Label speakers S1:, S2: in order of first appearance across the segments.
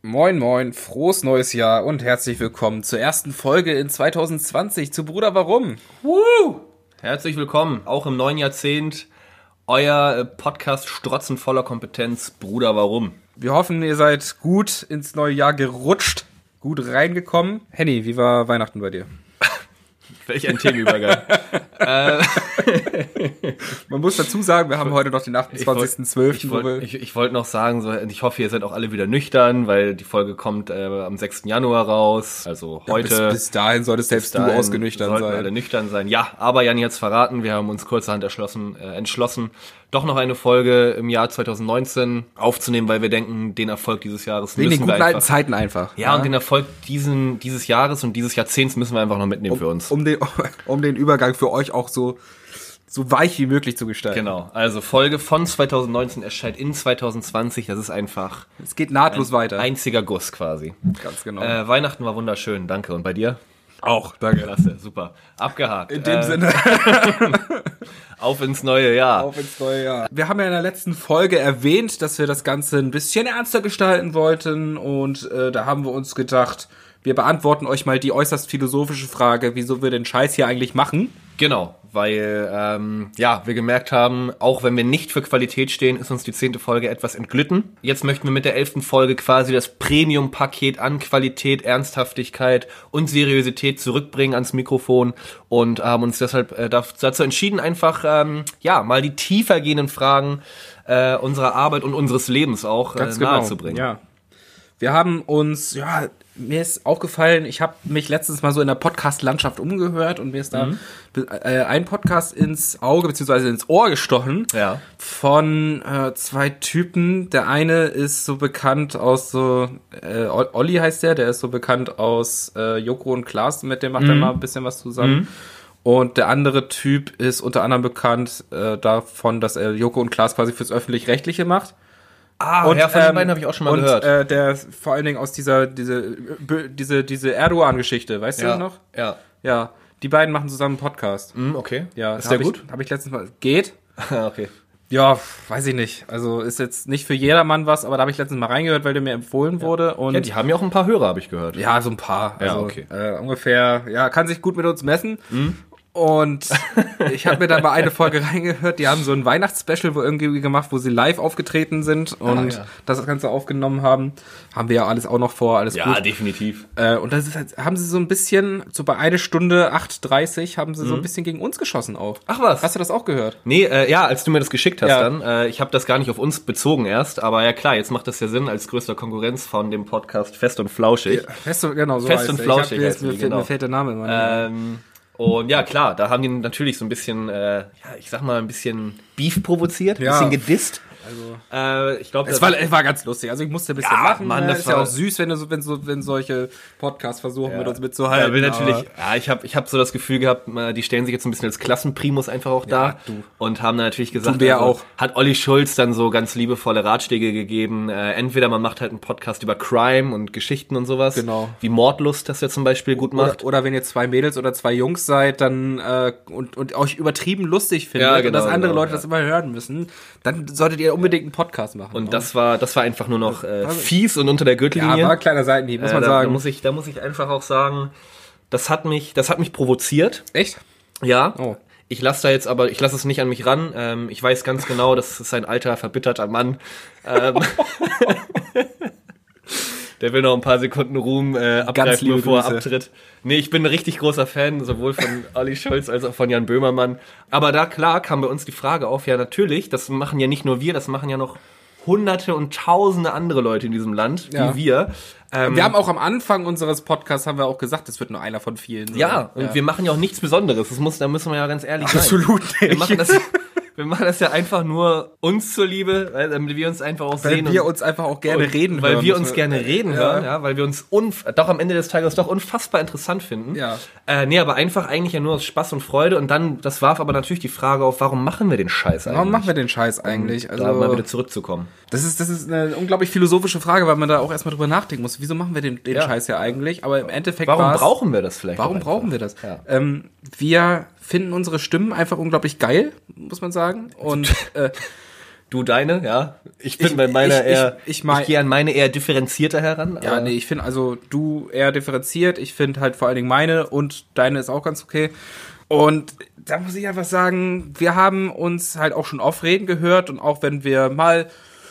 S1: Moin, moin, frohes neues Jahr und herzlich willkommen zur ersten Folge in 2020 zu Bruder Warum.
S2: Woo! Herzlich willkommen, auch im neuen Jahrzehnt. Euer äh, Podcast Strotzen voller Kompetenz, Bruder Warum.
S1: Wir hoffen, ihr seid gut ins neue Jahr gerutscht, gut reingekommen. Henny, wie war Weihnachten bei dir?
S2: Welch ein Themenübergang.
S1: Man muss dazu sagen, wir haben heute noch den
S2: Ich
S1: 28.12., wo
S2: wollte
S1: wir
S2: ich, ich wollt noch sagen, so, ich hoffe, ihr seid auch alle wieder nüchtern, weil die Folge kommt äh, am 6. Januar raus. Also heute.
S1: bis, bis dahin solltest selbst du
S2: dahin
S1: ausgenüchtert
S2: sollten alle
S1: sein.
S2: nüchtern sein. Ja, aber Jan jetzt verraten, wir haben uns kurzerhand erschlossen, äh, entschlossen, doch noch eine Folge im Jahr 2019 aufzunehmen, weil wir denken, den Erfolg dieses Jahres
S1: In den
S2: müssen wir
S1: guten alten
S2: einfach.
S1: Zeiten einfach.
S2: Ja, und den Erfolg diesen, dieses Jahres und dieses Jahrzehnts müssen wir einfach noch mitnehmen für uns.
S1: um, den, um den Übergang für euch auch so, so weich wie möglich zu gestalten.
S2: Genau, also Folge von 2019 erscheint in 2020, das ist einfach
S1: Es geht nahtlos weiter.
S2: einziger Guss quasi.
S1: Ganz genau.
S2: Äh, Weihnachten war wunderschön, danke. Und bei dir?
S1: auch, danke.
S2: Klasse, super. Abgehakt.
S1: In dem
S2: äh,
S1: Sinne.
S2: Auf ins neue Jahr.
S1: Auf ins neue Jahr. Wir haben ja in der letzten Folge erwähnt, dass wir das Ganze ein bisschen ernster gestalten wollten und äh, da haben wir uns gedacht, wir beantworten euch mal die äußerst philosophische Frage, wieso wir den Scheiß hier eigentlich machen.
S2: Genau, weil ähm, ja, wir gemerkt haben, auch wenn wir nicht für Qualität stehen, ist uns die zehnte Folge etwas entglitten. Jetzt möchten wir mit der elften Folge quasi das Premium-Paket an Qualität, Ernsthaftigkeit und Seriosität zurückbringen ans Mikrofon und haben uns deshalb äh, daf- dazu entschieden, einfach ähm, ja mal die tiefergehenden Fragen äh, unserer Arbeit und unseres Lebens auch äh, nahezubringen.
S1: genau. Ja. Wir haben uns, ja, mir ist aufgefallen, ich habe mich letztens mal so in der Podcast-Landschaft umgehört und mir ist da äh, ein Podcast ins Auge bzw. ins Ohr gestochen
S2: Ja.
S1: von äh, zwei Typen. Der eine ist so bekannt aus so, äh, O- Olli heißt der, der ist so bekannt aus äh, Joko und Klaas, mit dem macht
S2: Mhm.
S1: er mal ein bisschen was zusammen. Und der andere Typ ist unter anderem bekannt äh, davon, dass er Joko und Klaas quasi fürs Öffentlich-Rechtliche macht.
S2: Ah,
S1: Und,
S2: ja, von den
S1: ähm,
S2: beiden habe ich auch schon mal
S1: und,
S2: gehört.
S1: Äh, der vor allen Dingen aus dieser diese bö- diese diese Erdogan-Geschichte, weißt
S2: ja,
S1: du noch?
S2: ja.
S1: Ja, die beiden machen zusammen einen Podcast.
S2: Hm, okay.
S1: Ja,
S2: ist der
S1: hab
S2: gut?
S1: Ich, hab ich letztens mal geht.
S2: okay.
S1: Ja, weiß ich nicht. Also ist jetzt nicht für jedermann was, aber da habe ich letztens mal reingehört, weil der mir empfohlen wurde und
S2: Ja, die haben ja auch ein paar Hörer, habe ich gehört.
S1: ja, so ein paar.
S2: Ja,
S1: Also,
S2: okay. Mhm.
S1: äh, ungefähr, ja, kann sich gut mit uns messen. Und ich habe mir da mal eine Folge reingehört, die haben so ein Weihnachtsspecial wo irgendwie gemacht, wo sie live aufgetreten sind und
S2: Ah, ja.
S1: das Ganze aufgenommen haben. Haben wir ja alles auch noch vor, alles
S2: Ja,
S1: gut.
S2: definitiv.
S1: Äh, und das ist halt, haben sie so ein bisschen, so bei eine Stunde 8.30 haben sie so ein bisschen gegen uns geschossen auch.
S2: Mhm. Ach was.
S1: Hast du das auch gehört?
S2: Nee, äh, ja, als du mir das geschickt hast
S1: Ja.
S2: dann, äh, ich habe das gar nicht auf uns bezogen erst, aber ja klar, jetzt macht das ja Sinn als größter Konkurrenz von dem Podcast Fest und Flauschig.
S1: Fest und, genau, so
S2: Fest
S1: heißt
S2: und
S1: er.
S2: flauschig
S1: Ich hab, jetzt,
S2: heißt
S1: mir,
S2: die,
S1: fehlt-
S2: genau.
S1: mir fehlt der Name immer. nicht.
S2: Ähm, und ja, klar, da haben die natürlich so ein bisschen, äh, ja, ich sag mal, ein bisschen Beef provoziert, ein
S1: Ja.
S2: bisschen gedisst. Also, äh, ich glaube,
S1: Es war, es war ganz lustig. Also ich musste ein bisschen
S2: Ja,
S1: lachen.
S2: Mann,
S1: ne?
S2: das
S1: ist ja
S2: war-
S1: auch süß, wenn, du so, wenn, so, wenn solche Podcasts versuchen, mit uns
S2: Ja,
S1: um mitzuhalten.
S2: will
S1: aber-
S2: natürlich, ja, ich habe ich hab so das Gefühl gehabt, äh, die stellen sich jetzt ein bisschen als Klassenprimus einfach auch da
S1: du.
S2: und haben dann natürlich gesagt, also
S1: Tun wir auch.
S2: hat Olli Schulz dann so ganz liebevolle Ratschläge gegeben. Äh, entweder man macht halt einen Podcast über Crime und Geschichten und sowas.
S1: Genau.
S2: Wie Mordlust das ja zum Beispiel gut macht.
S1: Oder, oder wenn ihr zwei Mädels oder zwei Jungs seid, dann äh, und, und euch übertrieben lustig findet
S2: Ja,
S1: und
S2: genau,
S1: dass andere
S2: genau,
S1: Leute
S2: ja.
S1: das immer hören müssen, dann solltet ihr unbedingt einen Podcast machen.
S2: und das war, das war einfach nur noch äh, fies und unter der
S1: Also, ja,
S2: Gürtellinie.
S1: war ein kleiner Seitenhieb, muss
S2: äh,
S1: man
S2: da, da
S1: sagen.
S2: muss ich, da muss ich einfach auch sagen, das hat mich, das hat mich provoziert.
S1: Echt?
S2: Ja.
S1: Oh.
S2: Ich lasse da jetzt aber, ich lasse es nicht an mich ran. Ähm, ich weiß ganz genau, das ist ein alter, verbitterter Mann. Ähm, der will noch ein paar Sekunden Ruhm äh,
S1: Ganz
S2: abgreifen,
S1: liebe
S2: bevor er
S1: Grüße.
S2: abtritt. Nee, ich bin ein richtig großer Fan, sowohl von Olli Scholz als auch von Jan Böhmermann. Aber da, klar, kam bei uns die Frage auf, ja natürlich, das machen ja nicht nur wir, das machen ja noch hunderte und tausende andere Leute in diesem Land,
S1: Ja.
S2: wie wir. Ähm,
S1: Wir haben auch am Anfang unseres Podcasts haben wir auch gesagt, es wird nur einer von vielen.
S2: ja, und
S1: und
S2: wir machen ja auch nichts Besonderes. Das muss, da müssen wir ja ganz ehrlich sein.
S1: Absolut
S2: Wir
S1: nicht.
S2: machen das, wir machen das ja einfach nur uns zur Liebe, weil, damit wir uns einfach auch
S1: weil
S2: sehen.
S1: wir
S2: und-
S1: uns einfach auch gerne
S2: und,
S1: reden
S2: Weil
S1: hören,
S2: wir
S1: dass
S2: uns gerne reden
S1: Ja.
S2: hören, ja, weil wir uns unf doch am Ende des Tages doch unfassbar interessant finden.
S1: Ja.
S2: Äh, nee, aber einfach eigentlich ja nur aus Spaß und Freude. Und dann, das warf aber natürlich die Frage auf, warum machen wir den Scheiß eigentlich?
S1: Warum machen wir den Scheiß eigentlich? Also
S2: da mal wieder zurückzukommen.
S1: Das ist, das ist eine unglaublich philosophische Frage, weil man da auch erstmal drüber nachdenken muss. Wieso machen wir den, den
S2: Ja.
S1: Scheiß ja eigentlich? Aber im Endeffekt
S2: Warum
S1: war's-
S2: brauchen wir das vielleicht?
S1: warum
S2: auch
S1: brauchen wir das?
S2: Ja.
S1: Ähm, wir finden unsere Stimmen einfach unglaublich geil, muss man sagen. Und äh,
S2: du deine, ja. Ich bin bei meiner
S1: ich,
S2: eher,
S1: ich mein-
S2: gehe an meine eher differenzierter heran.
S1: Ja,
S2: aber-
S1: nee, ich finde also du eher differenziert. Ich finde halt vor allen Dingen meine und deine ist auch ganz okay. Und da muss ich einfach sagen, wir haben uns halt auch schon oft reden gehört und auch wenn wir mal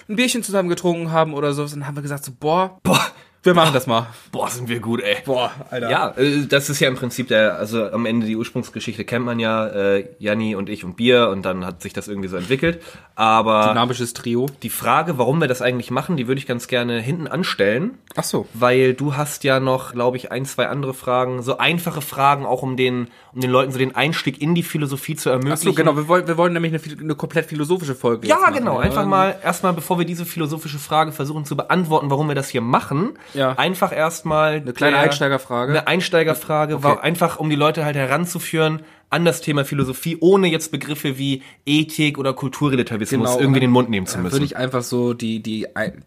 S1: ein Bierchen zusammen getrunken haben oder so, dann haben wir gesagt so, boah,
S2: Boah,
S1: wir machen das mal.
S2: boah, sind wir gut, ey.
S1: Boah, Alter. Ja.
S2: Ja, äh, das ist ja im Prinzip der, also am Ende die Ursprungsgeschichte kennt man ja, äh, Janni und ich und Bier und dann hat sich das irgendwie so entwickelt. Aber
S1: Dynamisches Trio.
S2: die Frage, warum wir das eigentlich machen, die würde ich ganz gerne hinten anstellen,
S1: Ach so.
S2: weil du hast ja noch, glaube ich, ein, zwei andere Fragen, so einfache Fragen auch, um den, um den Leuten so den Einstieg in die Philosophie zu ermöglichen.
S1: Ach so, genau. Wir wollen, wir wollen nämlich eine, phil- eine komplett philosophische Folge. jetzt
S2: ne? Ja,
S1: machen, ne?
S2: genau.
S1: ja.
S2: Einfach mal, erstmal, bevor wir diese philosophische Frage versuchen zu beantworten, warum wir das hier machen,
S1: Ja.
S2: einfach erstmal
S1: Eine kleine Einsteigerfrage.
S2: Eine Einsteigerfrage, war einfach, um die Leute halt heranzuführen an das Thema Philosophie, ohne jetzt Begriffe wie Ethik oder Kulturrelativismus
S1: Genau.
S2: irgendwie in den Mund nehmen zu müssen.
S1: Würde ich einfach so die, die,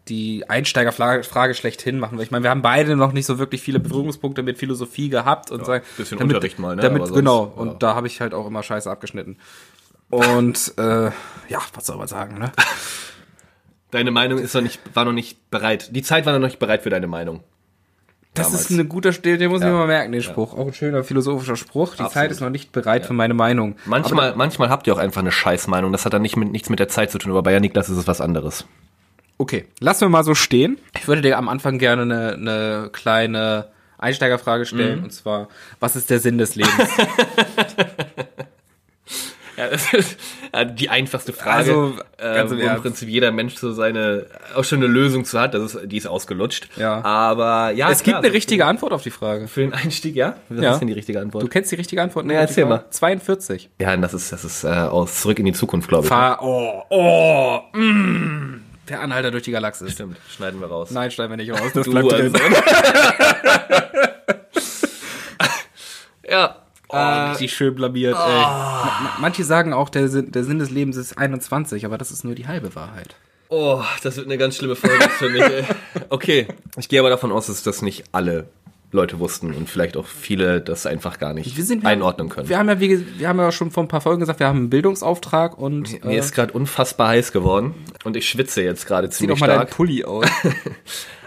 S1: die Einsteigerfrage Frage schlechthin machen, weil ich meine, wir haben beide noch nicht so wirklich viele Berührungspunkte mit Philosophie gehabt und sagen,
S2: bisschen
S1: damit,
S2: Unterricht mal, ne?
S1: Damit,
S2: Aber sonst,
S1: genau, und
S2: ja.
S1: da habe ich halt auch immer Scheiße abgeschnitten. Und äh, ja, was soll man sagen, ne?
S2: deine Meinung ist noch nicht, war noch nicht bereit. Die Zeit war noch nicht bereit für deine Meinung.
S1: Das ist
S2: Damals.
S1: ein guter Stil, den muss ich
S2: Ja.
S1: mir mal merken, den Spruch. Auch ein schöner philosophischer Spruch. Die Zeit ist noch nicht bereit für meine Meinung.
S2: Manchmal, manchmal habt ihr auch einfach eine Scheißmeinung. Das hat dann nicht mit, nichts mit der Zeit zu tun. Aber bei Janik, das ist es was anderes.
S1: Okay, lassen wir mal so stehen. Ich würde dir am Anfang gerne eine, eine kleine Einsteigerfrage stellen, und zwar, was ist der Sinn des Lebens?
S2: Ja, das ist äh, die einfachste Frage.
S1: Also,
S2: äh,
S1: ganz
S2: wo
S1: im
S2: im
S1: Ernst.
S2: Prinzip jeder Mensch so seine, auch schon eine Lösung zu hat. Das ist, die ist ausgelutscht.
S1: Ja.
S2: Aber ja,
S1: Es gibt eine richtige Antwort auf die Frage.
S2: Für den Einstieg, ja? Was
S1: Ja.
S2: ist denn die richtige Antwort?
S1: Du kennst die richtige Antwort? Nee,
S2: erzähl mal.
S1: 42.
S2: ja, das ist, das ist äh, aus Zurück in die Zukunft, glaube ich.
S1: Fahr, oh, oh, mm, der Anhalter durch die Galaxis.
S2: Stimmt, schneiden wir raus.
S1: Nein, schneiden wir nicht raus. also. Das
S2: Du
S1: bleibt drin.
S2: ja. Äh, oh,
S1: Oh, richtig schön blamiert, ey. Ma- ma- Manche sagen auch, der Sinn, der Sinn des Lebens ist 21, aber das ist nur die halbe Wahrheit.
S2: Oh, das wird eine ganz schlimme Folge für mich. Ey. Okay, ich gehe aber davon aus, dass das nicht alle Leute wussten und vielleicht auch viele das einfach gar nicht
S1: Wir sind-
S2: einordnen können.
S1: Wir haben ja, wie, ge- wir haben ja schon vor ein paar Folgen gesagt, wir haben einen Bildungsauftrag und äh,
S2: Mir ist gerade unfassbar heiß geworden und ich schwitze jetzt gerade
S1: zieh
S2: ziemlich
S1: doch mal deinen
S2: stark.
S1: Pulli aus.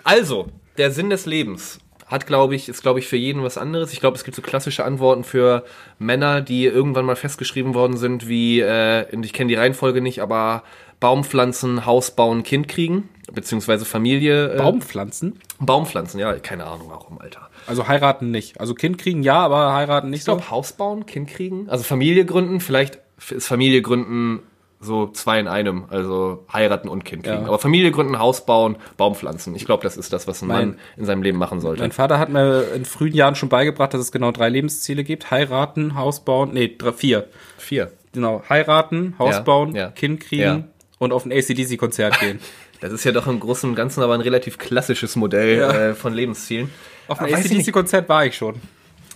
S2: Also, der Sinn des Lebens hat, glaube ich, ist, glaube ich, für jeden was anderes. Ich glaube, es gibt so klassische Antworten für Männer, die irgendwann mal festgeschrieben worden sind, wie, äh, und ich kenne die Reihenfolge nicht, aber Baum pflanzen, Haus bauen, Kind kriegen, beziehungsweise Familie. Äh,
S1: Baumpflanzen?
S2: Baum pflanzen, ja, keine Ahnung warum, Alter.
S1: Also heiraten nicht. Also Kind kriegen ja, aber heiraten nicht
S2: Ich
S1: so.
S2: glaube, Haus bauen, Kind kriegen, also Familie gründen, vielleicht ist Familie gründen so zwei in einem, also heiraten und Kind kriegen.
S1: Ja.
S2: Aber Familie gründen, Haus bauen, Baum pflanzen. Ich glaube, das ist das, was ein
S1: Mein-
S2: Mann in seinem Leben machen sollte.
S1: Mein Vater hat mir in frühen Jahren schon beigebracht, dass es genau drei Lebensziele gibt. Heiraten, Haus bauen, nee, drei, vier.
S2: Vier.
S1: Genau, heiraten, Haus
S2: Ja,
S1: bauen,
S2: ja.
S1: Kind kriegen
S2: Ja.
S1: und auf ein ACDC-Konzert gehen.
S2: Das ist ja doch im Großen und Ganzen aber ein relativ klassisches Modell
S1: Ja.
S2: äh, von Lebenszielen.
S1: auf
S2: Aber
S1: ein
S2: weiß ich nicht.
S1: ACDC-Konzert war ich schon.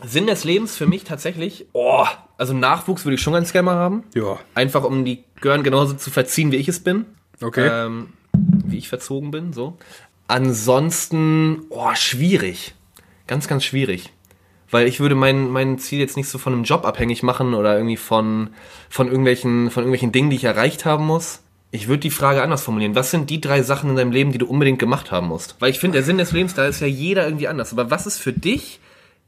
S2: Sinn des Lebens für mich tatsächlich, oh, also Nachwuchs würde ich schon ganz gerne mal haben.
S1: Ja.
S2: Einfach um die Gören genauso zu verziehen, wie ich es bin.
S1: Okay.
S2: Ähm, wie ich verzogen bin, so. Ansonsten, oh, schwierig. Ganz, ganz schwierig. Weil ich würde mein, mein Ziel jetzt nicht so von einem Job abhängig machen oder irgendwie von, von, irgendwelchen, von irgendwelchen Dingen, die ich erreicht haben muss. Ich würde die Frage anders formulieren. Was sind die drei Sachen in deinem Leben, die du unbedingt gemacht haben musst? Weil ich finde, der Sinn des Lebens, da ist ja jeder irgendwie anders. Aber was ist für dich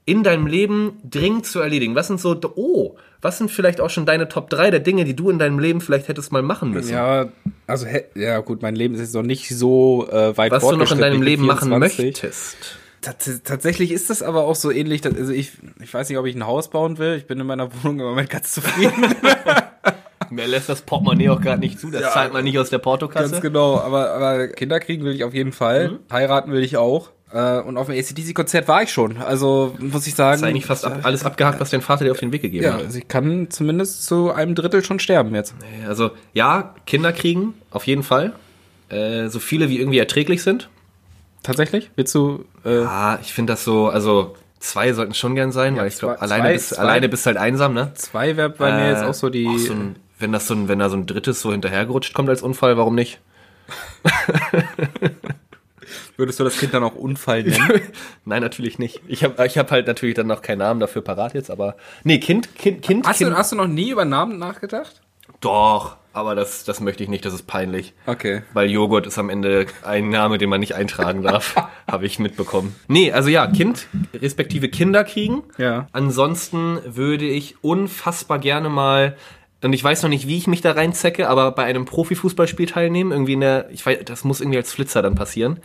S2: in deinem Leben dringend zu erledigen? Was sind so, oh, was sind vielleicht auch schon deine Top 3 der Dinge, die du in deinem Leben vielleicht hättest mal machen müssen?
S1: ja, also hä- ja gut, mein Leben ist jetzt noch nicht so äh, weit
S2: was du noch in
S1: fortgeschritten.
S2: deinem
S1: Ich bin
S2: Leben machen
S1: 24.
S2: möchtest.
S1: Tats tatsächlich ist das aber auch so ähnlich. Dass, also ich, ich weiß nicht, ob ich ein Haus bauen will. Ich bin in meiner Wohnung im Moment ganz zufrieden.
S2: Mir lässt das Portemonnaie auch gerade nicht zu, das
S1: Ja.
S2: zahlt man nicht aus der
S1: ganz
S2: Portokasse.
S1: genau. Aber, aber Kinder kriegen will ich auf jeden Fall. Heiraten will ich auch. Äh, und auf dem ACDC-Konzert war ich schon. Also muss ich sagen. äh,
S2: Ist eigentlich fast ab, alles abgehakt, was dein Vater dir auf den Weg gegeben
S1: Ja,
S2: hat.
S1: also ich kann zumindest zu einem Drittel schon sterben jetzt.
S2: Also ja, Kinder kriegen, auf jeden Fall. Äh, so viele wie irgendwie erträglich sind.
S1: Tatsächlich? Willst du. Äh,
S2: Ah, ich finde das so, also zwei sollten schon gern sein, weil ich
S1: zwei-
S2: glaube, alleine,
S1: zwei-
S2: bist-
S1: zwei.
S2: alleine bist halt einsam, ne?
S1: zwei wäre bei mir jetzt auch so die.
S2: Äh, so ein, wenn, das so ein, wenn da so ein drittes so hinterhergerutscht kommt als Unfall, warum nicht?
S1: würdest du das Kind dann auch Unfall nennen?
S2: Nein, natürlich nicht. Ich habe ich hab halt natürlich dann noch keinen Namen dafür parat jetzt, aber. Nee, Kind, Kind, Kind.
S1: hast,
S2: kind
S1: du, hast du noch nie über Namen nachgedacht?
S2: Doch. Aber das, das möchte ich nicht, das ist peinlich.
S1: Okay.
S2: Weil Joghurt ist am Ende ein Name, den man nicht eintragen darf, habe ich mitbekommen. Nee, also ja, Kind, respektive Kinder kriegen.
S1: Ja.
S2: Ansonsten würde ich unfassbar gerne mal, und ich weiß noch nicht, wie ich mich da reinzecke, aber bei einem Profifußballspiel teilnehmen, irgendwie in der, ich weiß, das muss irgendwie als Flitzer dann passieren.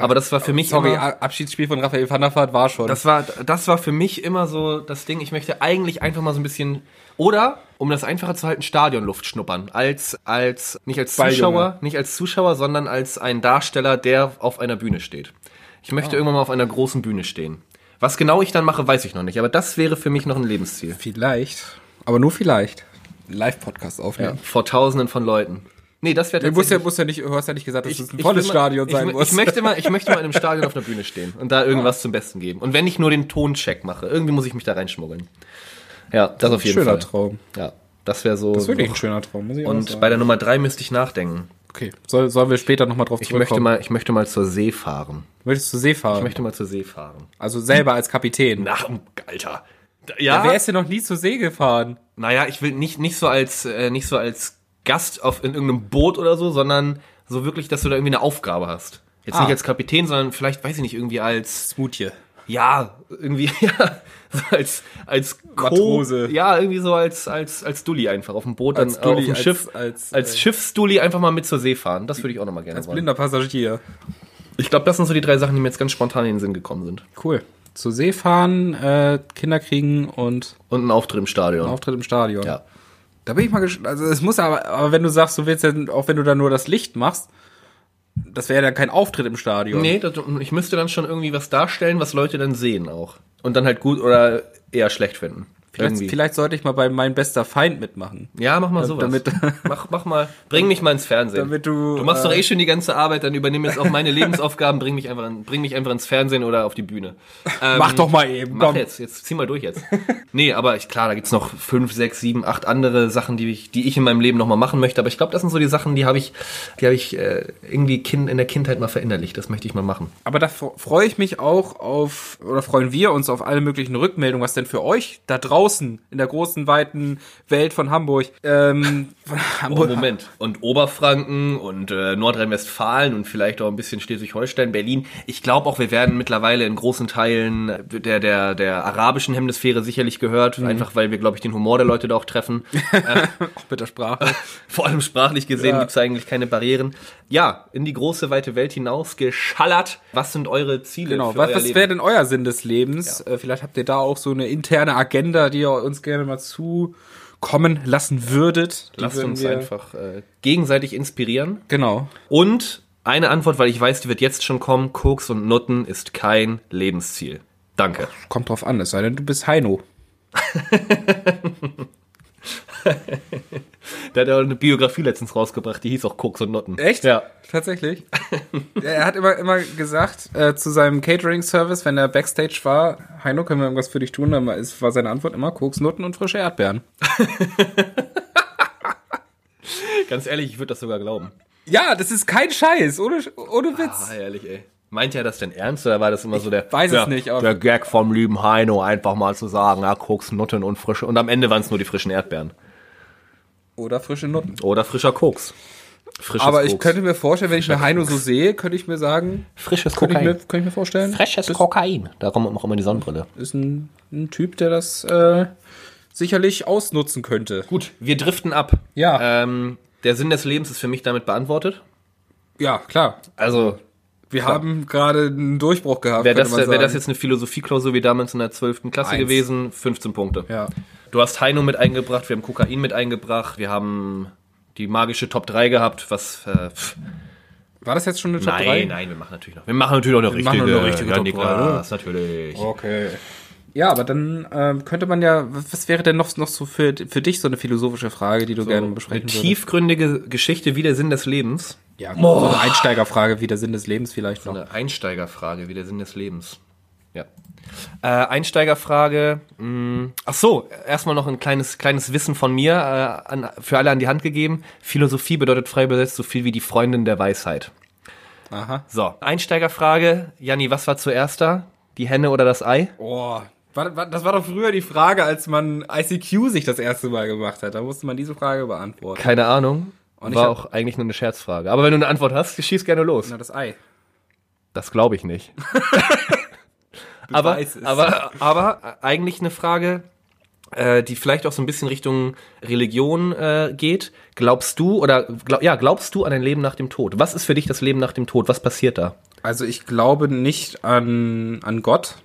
S2: aber das war für mich
S1: Sorry,
S2: immer,
S1: A- Abschiedsspiel von Raphael van der Vaart war schon.
S2: das war, das war für mich immer so das Ding, ich möchte eigentlich einfach mal so ein bisschen, oder, um das einfacher zu halten, Stadionluft schnuppern. Als, als, nicht als
S1: Balljunge.
S2: Zuschauer, nicht als Zuschauer, sondern als ein Darsteller, der auf einer Bühne steht. Ich
S1: Ah.
S2: möchte irgendwann mal auf einer großen Bühne stehen. Was genau ich dann mache, weiß ich noch nicht, aber das wäre für mich noch ein Lebensziel.
S1: vielleicht, aber nur vielleicht. Einen Live-Podcast aufnehmen.
S2: Vor tausenden von Leuten. Nee, das wäre
S1: Du musst ja, musst ja nicht, du hast ja nicht gesagt, dass es ein
S2: ich
S1: volles
S2: will mal-
S1: Stadion
S2: ich,
S1: sein
S2: ich,
S1: muss.
S2: Ich möchte, mal, ich möchte mal in einem Stadion auf einer Bühne stehen und da irgendwas zum Besten geben. Und wenn ich nur den Toncheck mache, irgendwie muss ich mich da reinschmuggeln. Ja, das auf jeden
S1: schöner
S2: Fall.
S1: Traum.
S2: Ja, das wäre so.
S1: Das ist wirklich ein schöner Traum, muss ich auch
S2: und
S1: sagen.
S2: bei der Nummer drei müsste ich nachdenken.
S1: Okay, Soll, sollen wir später nochmal drauf
S2: Ich möchte,
S1: zurückkommen?
S2: mal, ich möchte mal zur See fahren.
S1: Möchtest du See fahren?
S2: Ich möchte mal zur See fahren.
S1: also selber als Kapitän.
S2: Nach dem Alter. Da-
S1: Ja,
S2: Ja,
S1: wer ist denn noch nie zur See gefahren?
S2: naja, ich will nicht, nicht so als, äh, nicht so als Gast auf, in irgendeinem Boot oder so, sondern so wirklich, dass du da irgendwie eine Aufgabe hast. Jetzt
S1: Ah.
S2: nicht als Kapitän, sondern vielleicht, weiß ich nicht, irgendwie als
S1: Smoothie.
S2: ja, irgendwie, ja, so als, als Co-
S1: Matrose.
S2: Ja, irgendwie so als, als, als Dulli einfach. Auf dem Boot, dann
S1: Als
S2: äh, auf
S1: Dulli,
S2: dem
S1: als-
S2: Schiff,
S1: als, äh,
S2: Schiffsdulli einfach mal mit zur See fahren. Das würde ich auch nochmal gerne
S1: Als
S2: wollen.
S1: blinder Passagier.
S2: Ich glaube, das sind so die drei Sachen, die mir jetzt ganz spontan in den Sinn gekommen sind.
S1: Cool. Zur See fahren, äh, Kinder kriegen und
S2: Und ein Auftritt im Stadion.
S1: einen Auftritt im Stadion.
S2: Ja.
S1: Da bin ich mal gespannt. Also es muss aber, aber wenn du sagst, du willst ja, auch wenn du da nur das Licht machst, das wäre ja dann kein Auftritt im Stadion.
S2: Nee, das, ich müsste dann schon irgendwie was darstellen, was Leute dann sehen auch. Und dann halt gut oder eher schlecht finden.
S1: vielleicht,
S2: Irgendwie.
S1: vielleicht sollte ich mal bei Mein bester Feind mitmachen.
S2: Ja, mach mal sowas.
S1: damit-
S2: mach, mach mal, bring mich mal ins Fernsehen.
S1: Damit du,
S2: du machst doch
S1: äh,
S2: eh schon die ganze Arbeit, dann übernimm jetzt auch meine Lebensaufgaben, bring mich einfach, in, bring mich einfach ins Fernsehen oder auf die Bühne. Ähm,
S1: Mach doch mal eben.
S2: Mach
S1: Komm.
S2: jetzt, jetzt zieh mal durch jetzt. Nee, aber ich, klar, da gibt's noch fünf, sechs, sieben, acht andere Sachen, die ich, die ich in meinem Leben nochmal machen möchte. Aber ich glaube, das sind so die Sachen, die habe ich, die habe ich äh, irgendwie kind, in der Kindheit mal verinnerlicht. Das möchte ich mal machen.
S1: Aber da f- freue ich mich auch auf, oder freuen wir uns auf alle möglichen Rückmeldungen, was denn für euch da draußen in der großen, weiten Welt von Hamburg, ähm, von
S2: Oh,
S1: Hamburg,
S2: Moment. Und Oberfranken und äh, Nordrhein-Westfalen und vielleicht auch ein bisschen Schleswig-Holstein, Berlin. Ich glaube auch, wir werden mittlerweile in großen Teilen äh, der, der, der arabischen Hemisphäre sicherlich
S1: Mhm.
S2: gehört. Einfach weil wir, glaube ich, den Humor der Leute da auch treffen.
S1: mit der Sprache.
S2: Vor allem sprachlich gesehen
S1: Ja.
S2: gibt's eigentlich keine Barrieren. Ja, in die große, weite Welt hinaus geschallert. Was sind eure Ziele?
S1: Genau,
S2: für
S1: was,
S2: euer
S1: was
S2: Leben?
S1: wäre denn euer Sinn des Lebens? Äh, Vielleicht habt ihr da auch so eine interne Agenda, die ihr uns gerne mal zukommen lassen würdet. Die
S2: Lasst
S1: würden
S2: uns
S1: wir-
S2: einfach äh, gegenseitig inspirieren.
S1: Genau.
S2: Und eine Antwort, weil ich weiß, die wird jetzt schon kommen. Koks und Nutten ist kein Lebensziel. Danke.
S1: Kommt drauf an, es sei denn, du bist Heino.
S2: Der hat ja auch eine Biografie letztens rausgebracht, die hieß auch Koks und Notten.
S1: Echt?
S2: Ja.
S1: Tatsächlich. er hat immer, immer gesagt, äh, zu seinem Catering-Service, wenn er Backstage war, Heino, können wir irgendwas für dich tun? Dann war- ist- war seine Antwort immer Koks, Nutten und frische Erdbeeren.
S2: Ganz ehrlich, ich würde das sogar glauben.
S1: Ja, das ist kein Scheiß, ohne, ohne Witz.
S2: Ah, ehrlich, ey. Meint er das denn ernst oder war das immer so der,
S1: weiß es
S2: der,
S1: nicht, aber-
S2: der Gag vom lieben Heino, einfach mal zu sagen, ja, Koks, Nutten und frische. Und am Ende waren es nur die frischen Erdbeeren.
S1: Ah. Oder frische Nutten.
S2: Oder frischer Koks. Frisches
S1: Aber ich
S2: Koks.
S1: könnte mir vorstellen, wenn ich eine Heino so sehe, könnte ich mir sagen,
S2: Frisches
S1: könnte ich mir,
S2: Kokain.
S1: könnte ich mir vorstellen,
S2: Frisches Kokain. Da kommt auch immer die Sonnenbrille.
S1: ist ein, ein Typ, der das äh, sicherlich ausnutzen könnte.
S2: Gut, wir driften ab.
S1: Ja.
S2: Ähm, der Sinn des Lebens ist für mich damit beantwortet.
S1: Ja, klar.
S2: Also,
S1: Wir haben gerade einen Durchbruch gehabt.
S2: wäre das,
S1: könnte man
S2: wär das
S1: sagen.
S2: jetzt eine Philosophieklausur wie damals in der 12. Klasse
S1: Eins.
S2: gewesen, 15 Punkte.
S1: Ja.
S2: Du hast Heino mit eingebracht, wir haben Kokain mit eingebracht, wir haben die magische Top 3 gehabt, was äh, pff,
S1: War das jetzt schon eine Top
S2: nein,
S1: 3?
S2: nein, wir machen natürlich noch. Wir machen natürlich noch eine
S1: Wir machen
S2: richtige,
S1: noch eine richtige
S2: ja,
S1: Top Oh,
S2: Niklas, natürlich.
S1: Okay. Ja, aber dann ähm, könnte man ja, was wäre denn noch, noch so für, für dich so eine philosophische Frage, die du gerne
S2: Eine
S1: besprechen würdest?
S2: tiefgründige Geschichte wie der Sinn des Lebens.
S1: Ja, so eine Einsteigerfrage, wie der Sinn des Lebens vielleicht noch.
S2: Eine Einsteigerfrage wie der Sinn des Lebens. Ja. Äh, Einsteigerfrage. Mh, ach so, erstmal noch ein kleines kleines Wissen von mir äh, an, für alle an die Hand gegeben. Philosophie bedeutet frei übersetzt so viel wie die Freundin der Weisheit.
S1: Aha.
S2: So, Einsteigerfrage. Janni, was war zuerst da? Die Henne oder das Ei?
S1: Oh, War, war, das war doch früher die Frage, als man ICQ sich das erste Mal gemacht hat. Da musste man diese Frage beantworten.
S2: Keine Ahnung.
S1: Und ich
S2: War
S1: hab-
S2: auch eigentlich nur eine Scherzfrage. Aber wenn du eine Antwort hast, schieß gerne los.
S1: Na, das Ei.
S2: Das glaube ich nicht. aber,
S1: weiß es.
S2: aber, aber äh, eigentlich eine Frage, äh, die vielleicht auch so ein bisschen Richtung Religion äh, geht. Glaubst du oder glaub, ja, glaubst du an ein Leben nach dem Tod? Was ist für dich das Leben nach dem Tod? Was passiert da?
S1: Also ich glaube nicht an, an Gott.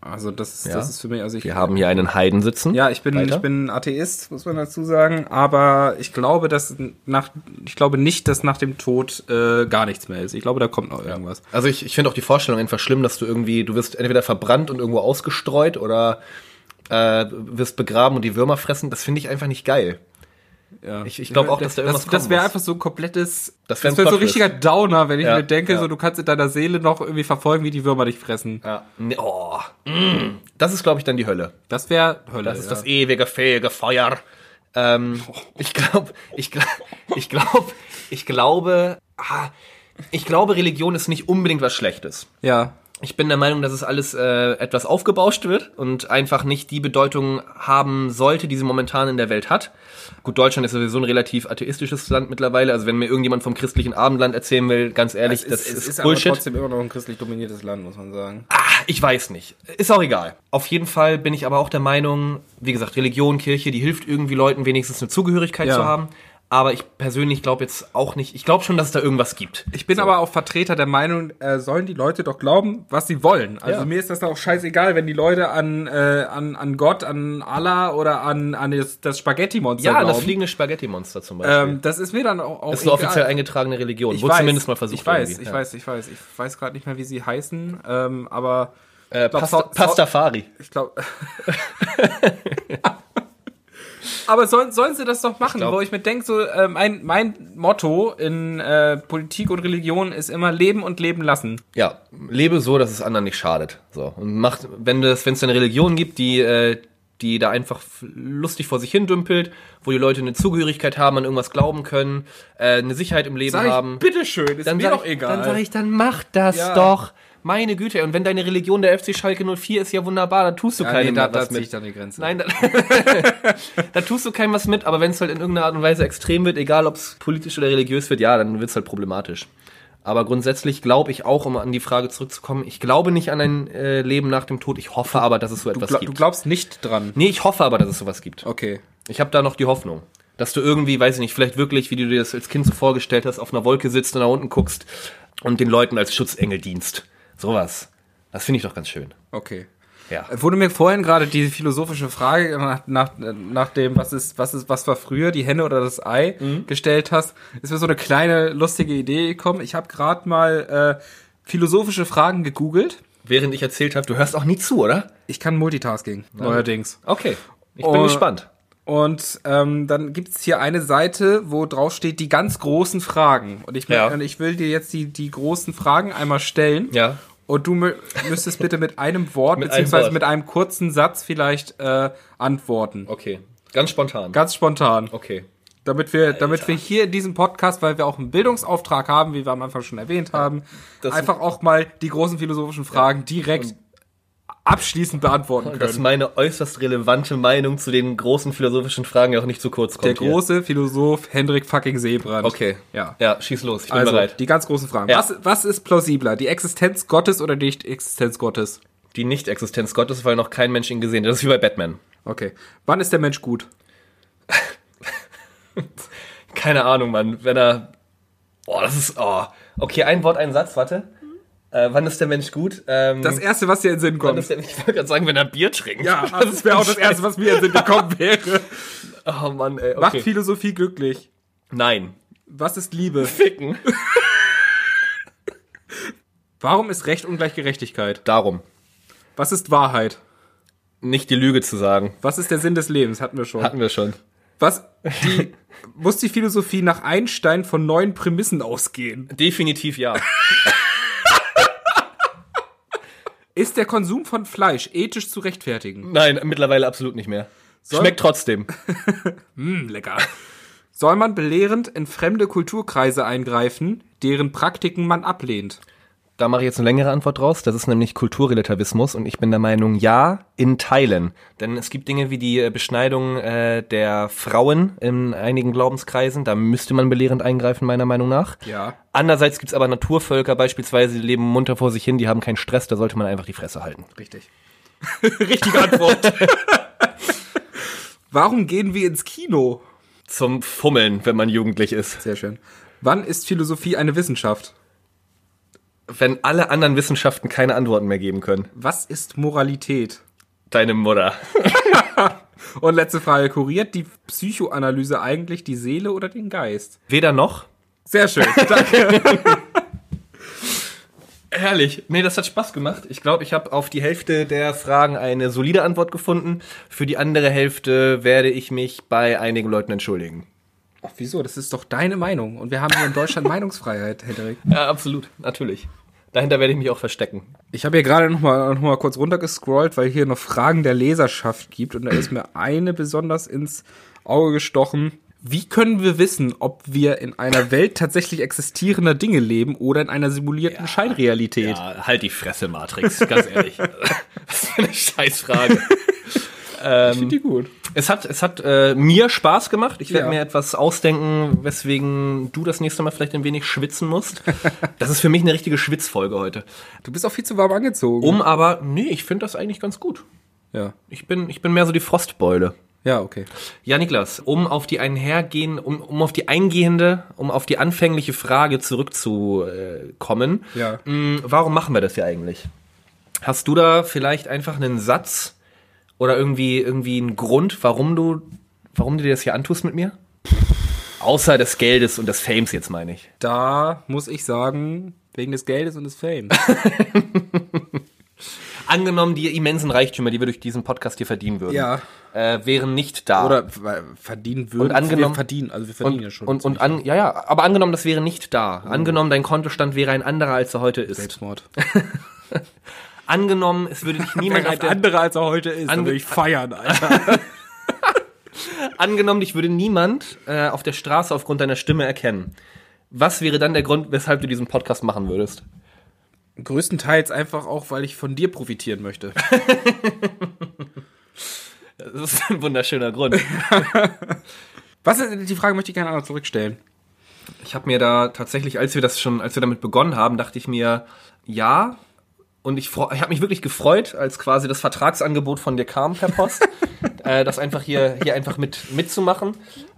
S1: Also das,
S2: Ja.
S1: das ist für mich, also ich,
S2: Wir haben hier einen Heiden sitzen.
S1: ja, ich bin,
S2: Weiter?
S1: ich bin Atheist, muss man dazu sagen, aber ich glaube, dass nach, ich glaube nicht, dass nach dem Tod äh, gar nichts mehr ist. Ich glaube, da kommt noch irgendwas.
S2: Also ich, ich finde auch die Vorstellung einfach schlimm, dass du irgendwie, du wirst entweder verbrannt und irgendwo ausgestreut oder äh, wirst begraben und die Würmer fressen. Das finde ich einfach nicht geil.
S1: Ja.
S2: Ich- ich glaub auch, dass da irgendwas
S1: Das, das
S2: kommen
S1: wäre
S2: muss.
S1: einfach so ein komplettes.
S2: Das wär ein
S1: so ein
S2: Plot-Twist.
S1: richtiger Downer, wenn ich
S2: Ja,
S1: mir denke,
S2: ja.
S1: so du kannst in deiner Seele noch irgendwie verfolgen, wie die Würmer dich fressen.
S2: Ja. Nee, oh. mm. Das ist, glaube ich, dann die Hölle.
S1: Das wäre Hölle.
S2: Das ist
S1: ja.
S2: das ewige, fähige Feuer. Ähm, ich glaube, ich, gl ich glaube, ich glaube, ah, ich glaube, Religion ist nicht unbedingt was Schlechtes.
S1: ja.
S2: Ich bin der Meinung, dass es alles äh, etwas aufgebauscht wird und einfach nicht die Bedeutung haben sollte, die sie momentan in der Welt hat. Gut, Deutschland ist sowieso ein relativ atheistisches Land mittlerweile. Also wenn mir irgendjemand vom christlichen Abendland erzählen will, ganz ehrlich, das
S1: es, es
S2: ist,
S1: ist aber
S2: Bullshit.
S1: trotzdem immer noch ein christlich dominiertes Land, muss man sagen.
S2: Ah, ich weiß nicht. Ist auch egal. Auf jeden Fall bin ich aber auch der Meinung, wie gesagt, Religion, Kirche, die hilft irgendwie Leuten wenigstens eine Zugehörigkeit
S1: Ja.
S2: zu haben. Aber ich persönlich glaube jetzt auch nicht. Ich glaube schon, dass es da irgendwas gibt.
S1: Ich bin aber auch Vertreter der Meinung, äh, sollen die Leute doch glauben, was sie wollen. Also
S2: Ja.
S1: mir ist das auch scheißegal, wenn die Leute an, äh, an, an Gott, an Allah oder an, an das, das Spaghetti-Monster
S2: ja,
S1: glauben.
S2: das fliegende Spaghetti-Monster zum Beispiel.
S1: ähm, das ist mir dann auch, auch
S2: das ist eine offiziell eingetragene Religion.
S1: Ich
S2: Wurde
S1: weiß,
S2: zumindest mal versucht.
S1: ich weiß,
S2: irgendwie.
S1: ich
S2: Ja.
S1: weiß, ich weiß, ich weiß gerade nicht mehr, wie sie heißen, ähm, aber
S2: Äh,
S1: glaub,
S2: Pasta,
S1: Sau-
S2: Pastafari.
S1: ich glaube. aber sollen, sollen sie das doch machen,
S2: glaub-
S1: wo ich mir denke, so äh, mein, mein Motto in äh, Politik und Religion ist immer Leben und Leben lassen.
S2: Ja, lebe so, dass es anderen nicht schadet. So und macht, wenn es wenn es eine Religion gibt, die äh, die da einfach f- lustig vor sich hin dümpelt, wo die Leute eine Zugehörigkeit haben, an irgendwas glauben können, äh, eine Sicherheit im Leben
S1: Sag
S2: haben,
S1: ich, bitteschön, ist
S2: dann
S1: mir
S2: sag
S1: doch
S2: ich,
S1: egal.
S2: dann sag ich, dann mach das
S1: Ja.
S2: doch. Meine Güte, und wenn deine Religion der FC Schalke 04 ist, ja wunderbar, da tust du
S1: Ja,
S2: keinem
S1: nee, da- da
S2: was
S1: zieh ich
S2: mit.
S1: dann die Grenze.
S2: Nein, da, da tust du keinem was mit, aber wenn es halt in irgendeiner Art und Weise extrem wird, egal ob es politisch oder religiös wird, ja, dann wird es halt problematisch. Aber grundsätzlich glaube ich auch, um an die Frage zurückzukommen, ich glaube nicht an ein äh, Leben nach dem Tod, ich hoffe aber, dass es so etwas
S1: Gla- du
S2: gibt.
S1: glaubst nicht dran.
S2: Nee, ich hoffe aber, dass es sowas gibt.
S1: Okay.
S2: Ich habe da noch die Hoffnung, dass du irgendwie, weiß ich nicht, vielleicht wirklich, wie du dir das als Kind so vorgestellt hast, auf einer Wolke sitzt und nach unten guckst und den Leuten als Schutzengel dienst. Sowas. Das finde ich doch ganz schön.
S1: Okay.
S2: Ja.
S1: Wurde mir vorhin gerade die philosophische Frage nach, nach, nach dem, was ist, was ist, was war früher, die Henne oder das Ei,
S2: Mhm.
S1: gestellt hast, ist mir so eine kleine lustige Idee gekommen. Ich habe gerade mal äh, philosophische Fragen gegoogelt.
S2: Während ich erzählt habe, du hörst auch nie zu, oder?
S1: Ich kann Multitasking, neuerdings.
S2: Okay. Ich
S1: Oh.
S2: bin gespannt.
S1: Und ähm, dann gibt's hier eine Seite, wo drauf steht die ganz großen Fragen. Und ich,
S2: Ja.
S1: und ich will dir jetzt die, die großen Fragen einmal stellen.
S2: Ja.
S1: Und du mü- müsstest bitte mit einem Wort,
S2: Mit einem
S1: beziehungsweise
S2: Wort.
S1: mit einem kurzen Satz vielleicht äh, antworten.
S2: Okay. Ganz spontan.
S1: Ganz spontan.
S2: okay.
S1: Damit wir, damit wir hier in diesem Podcast, weil wir auch einen Bildungsauftrag haben, wie wir am Anfang schon erwähnt haben,
S2: Das-
S1: einfach auch mal die großen philosophischen Fragen direkt abschließend beantworten
S2: Dass
S1: können.
S2: meine äußerst relevante Meinung zu den großen philosophischen Fragen ja auch nicht zu kurz kommt.
S1: Der
S2: hier.
S1: große Philosoph Hendrik fucking Seebrand.
S2: Okay.
S1: Ja.
S2: Ja, schieß los. Ich bin
S1: Also,
S2: bereit.
S1: die ganz großen Fragen.
S2: Ja.
S1: Was, was ist plausibler? Die Existenz Gottes oder die Nicht-Existenz Gottes?
S2: Die Nicht-Existenz Gottes, weil noch kein Mensch ihn gesehen hat. Das ist wie bei Batman.
S1: Okay. Wann ist der Mensch gut?
S2: Keine Ahnung, Mann. Wenn er. Oh, das ist. Oh. Okay, ein Wort, ein Satz, warte. Äh, wann ist der Mensch gut? Ähm,
S1: Das erste, was dir in den Sinn
S2: wann
S1: kommt.
S2: ist der, ich wollte gerade sagen, wenn er Bier trinkt.
S1: Ja, das wäre auch das erste, was mir in den Sinn gekommen wäre.
S2: Oh Mann, ey.
S1: Macht
S2: Okay.
S1: Philosophie glücklich.
S2: Nein.
S1: Was ist Liebe?
S2: Ficken.
S1: Warum ist Recht ungleich Gerechtigkeit?
S2: Darum.
S1: Was ist Wahrheit?
S2: Nicht die Lüge zu sagen.
S1: Was ist der Sinn des Lebens? Hatten wir schon.
S2: Hatten wir schon.
S1: Was die, muss die Philosophie nach Einstein von neuen Prämissen ausgehen?
S2: Definitiv ja.
S1: Ist der Konsum von Fleisch ethisch zu rechtfertigen?
S2: Nein, mittlerweile absolut nicht mehr. Schmeckt trotzdem.
S1: Hm, lecker. Soll man belehrend in fremde Kulturkreise eingreifen, deren Praktiken man ablehnt?
S2: Da mache ich jetzt eine längere Antwort draus. Das ist nämlich Kulturrelativismus und ich bin der Meinung, ja, in Teilen. Denn es gibt Dinge wie die Beschneidung äh, der Frauen in einigen Glaubenskreisen. Da müsste man belehrend eingreifen, meiner Meinung nach.
S1: Ja.
S2: Andererseits gibt's aber Naturvölker beispielsweise, die leben munter vor sich hin, die haben keinen Stress, da sollte man einfach die Fresse halten.
S1: Richtig. Richtige Antwort. Warum gehen wir ins Kino?
S2: Zum Fummeln, wenn man jugendlich ist.
S1: Sehr schön. Wann ist Philosophie eine Wissenschaft?
S2: Wenn alle anderen Wissenschaften keine Antworten mehr geben können.
S1: Was ist Moralität?
S2: Deine Mutter.
S1: Und letzte Frage, kuriert die Psychoanalyse eigentlich die Seele oder den Geist?
S2: Weder noch.
S1: Sehr schön, danke.
S2: Herrlich. Nee, das hat Spaß gemacht. Ich glaube, ich habe auf die Hälfte der Fragen eine solide Antwort gefunden. Für die andere Hälfte werde ich mich bei einigen Leuten entschuldigen.
S1: Ach, wieso? Das ist doch deine Meinung. Und wir haben hier in Deutschland Meinungsfreiheit, Hendrik.
S2: Ja, absolut. Natürlich. Dahinter werde ich mich auch verstecken.
S1: Ich habe hier gerade noch mal, noch mal kurz runtergescrollt, weil hier noch Fragen der Leserschaft gibt. Und da ist mir eine besonders ins Auge gestochen. Wie können wir wissen, ob wir in einer Welt tatsächlich existierender Dinge leben oder in einer simulierten Scheinrealität?
S2: Ja, halt die Fresse, Matrix. Ganz ehrlich. Was für eine Scheißfrage.
S1: Ich finde die gut.
S2: Es hat, es hat äh, mir Spaß gemacht. Ich werde
S1: Ja.
S2: mir etwas ausdenken, weswegen du das nächste Mal vielleicht ein wenig schwitzen musst. Das ist für mich eine richtige Schwitzfolge heute.
S1: Du bist auch viel zu warm angezogen.
S2: Um aber, nee, ich finde das eigentlich ganz gut.
S1: ja.
S2: Ich bin, ich bin mehr so die Frostbeule.
S1: Ja, okay.
S2: Ja, Niklas, um auf die einhergehen, um, um auf die eingehende, um auf die anfängliche Frage zurückzukommen.
S1: Ja.
S2: mh, Warum machen wir das hier eigentlich? Hast du da vielleicht einfach einen Satz oder irgendwie, irgendwie einen Grund, warum du, warum du dir das hier antust mit mir? Außer des Geldes und des Fames jetzt, meine ich.
S1: Da muss ich sagen, wegen des Geldes und des Fame.
S2: Angenommen, die immensen Reichtümer, die wir durch diesen Podcast hier verdienen würden,
S1: Ja.
S2: äh, wären nicht da.
S1: Oder ver- verdienen würden.
S2: Und angenommen-
S1: wir verdienen, also wir verdienen
S2: Und,
S1: ja schon.
S2: und, und an, ja, ja, aber angenommen, das wäre nicht da. Angenommen, dein Kontostand wäre ein anderer, als er heute ist.
S1: Selbstmord.
S2: Angenommen, es würde dich niemand auf der,
S1: andere als er heute ist,
S2: Ange-
S1: würde ich feiern, Alter.
S2: angenommen, dich würde niemand äh, auf der Straße aufgrund deiner Stimme erkennen. Was wäre dann der Grund, weshalb du diesen Podcast machen würdest?
S1: Größtenteils einfach auch, weil ich von dir profitieren möchte.
S2: Das ist ein wunderschöner Grund.
S1: Was ist, die Frage möchte ich gerne einmal zurückstellen.
S2: Ich habe mir da tatsächlich, als wir das schon, als wir damit begonnen haben, dachte ich mir, ja. Und ich, freu- ich habe mich wirklich gefreut, als quasi das Vertragsangebot von dir kam per Post, äh, das einfach hier, hier einfach mit, mitzumachen.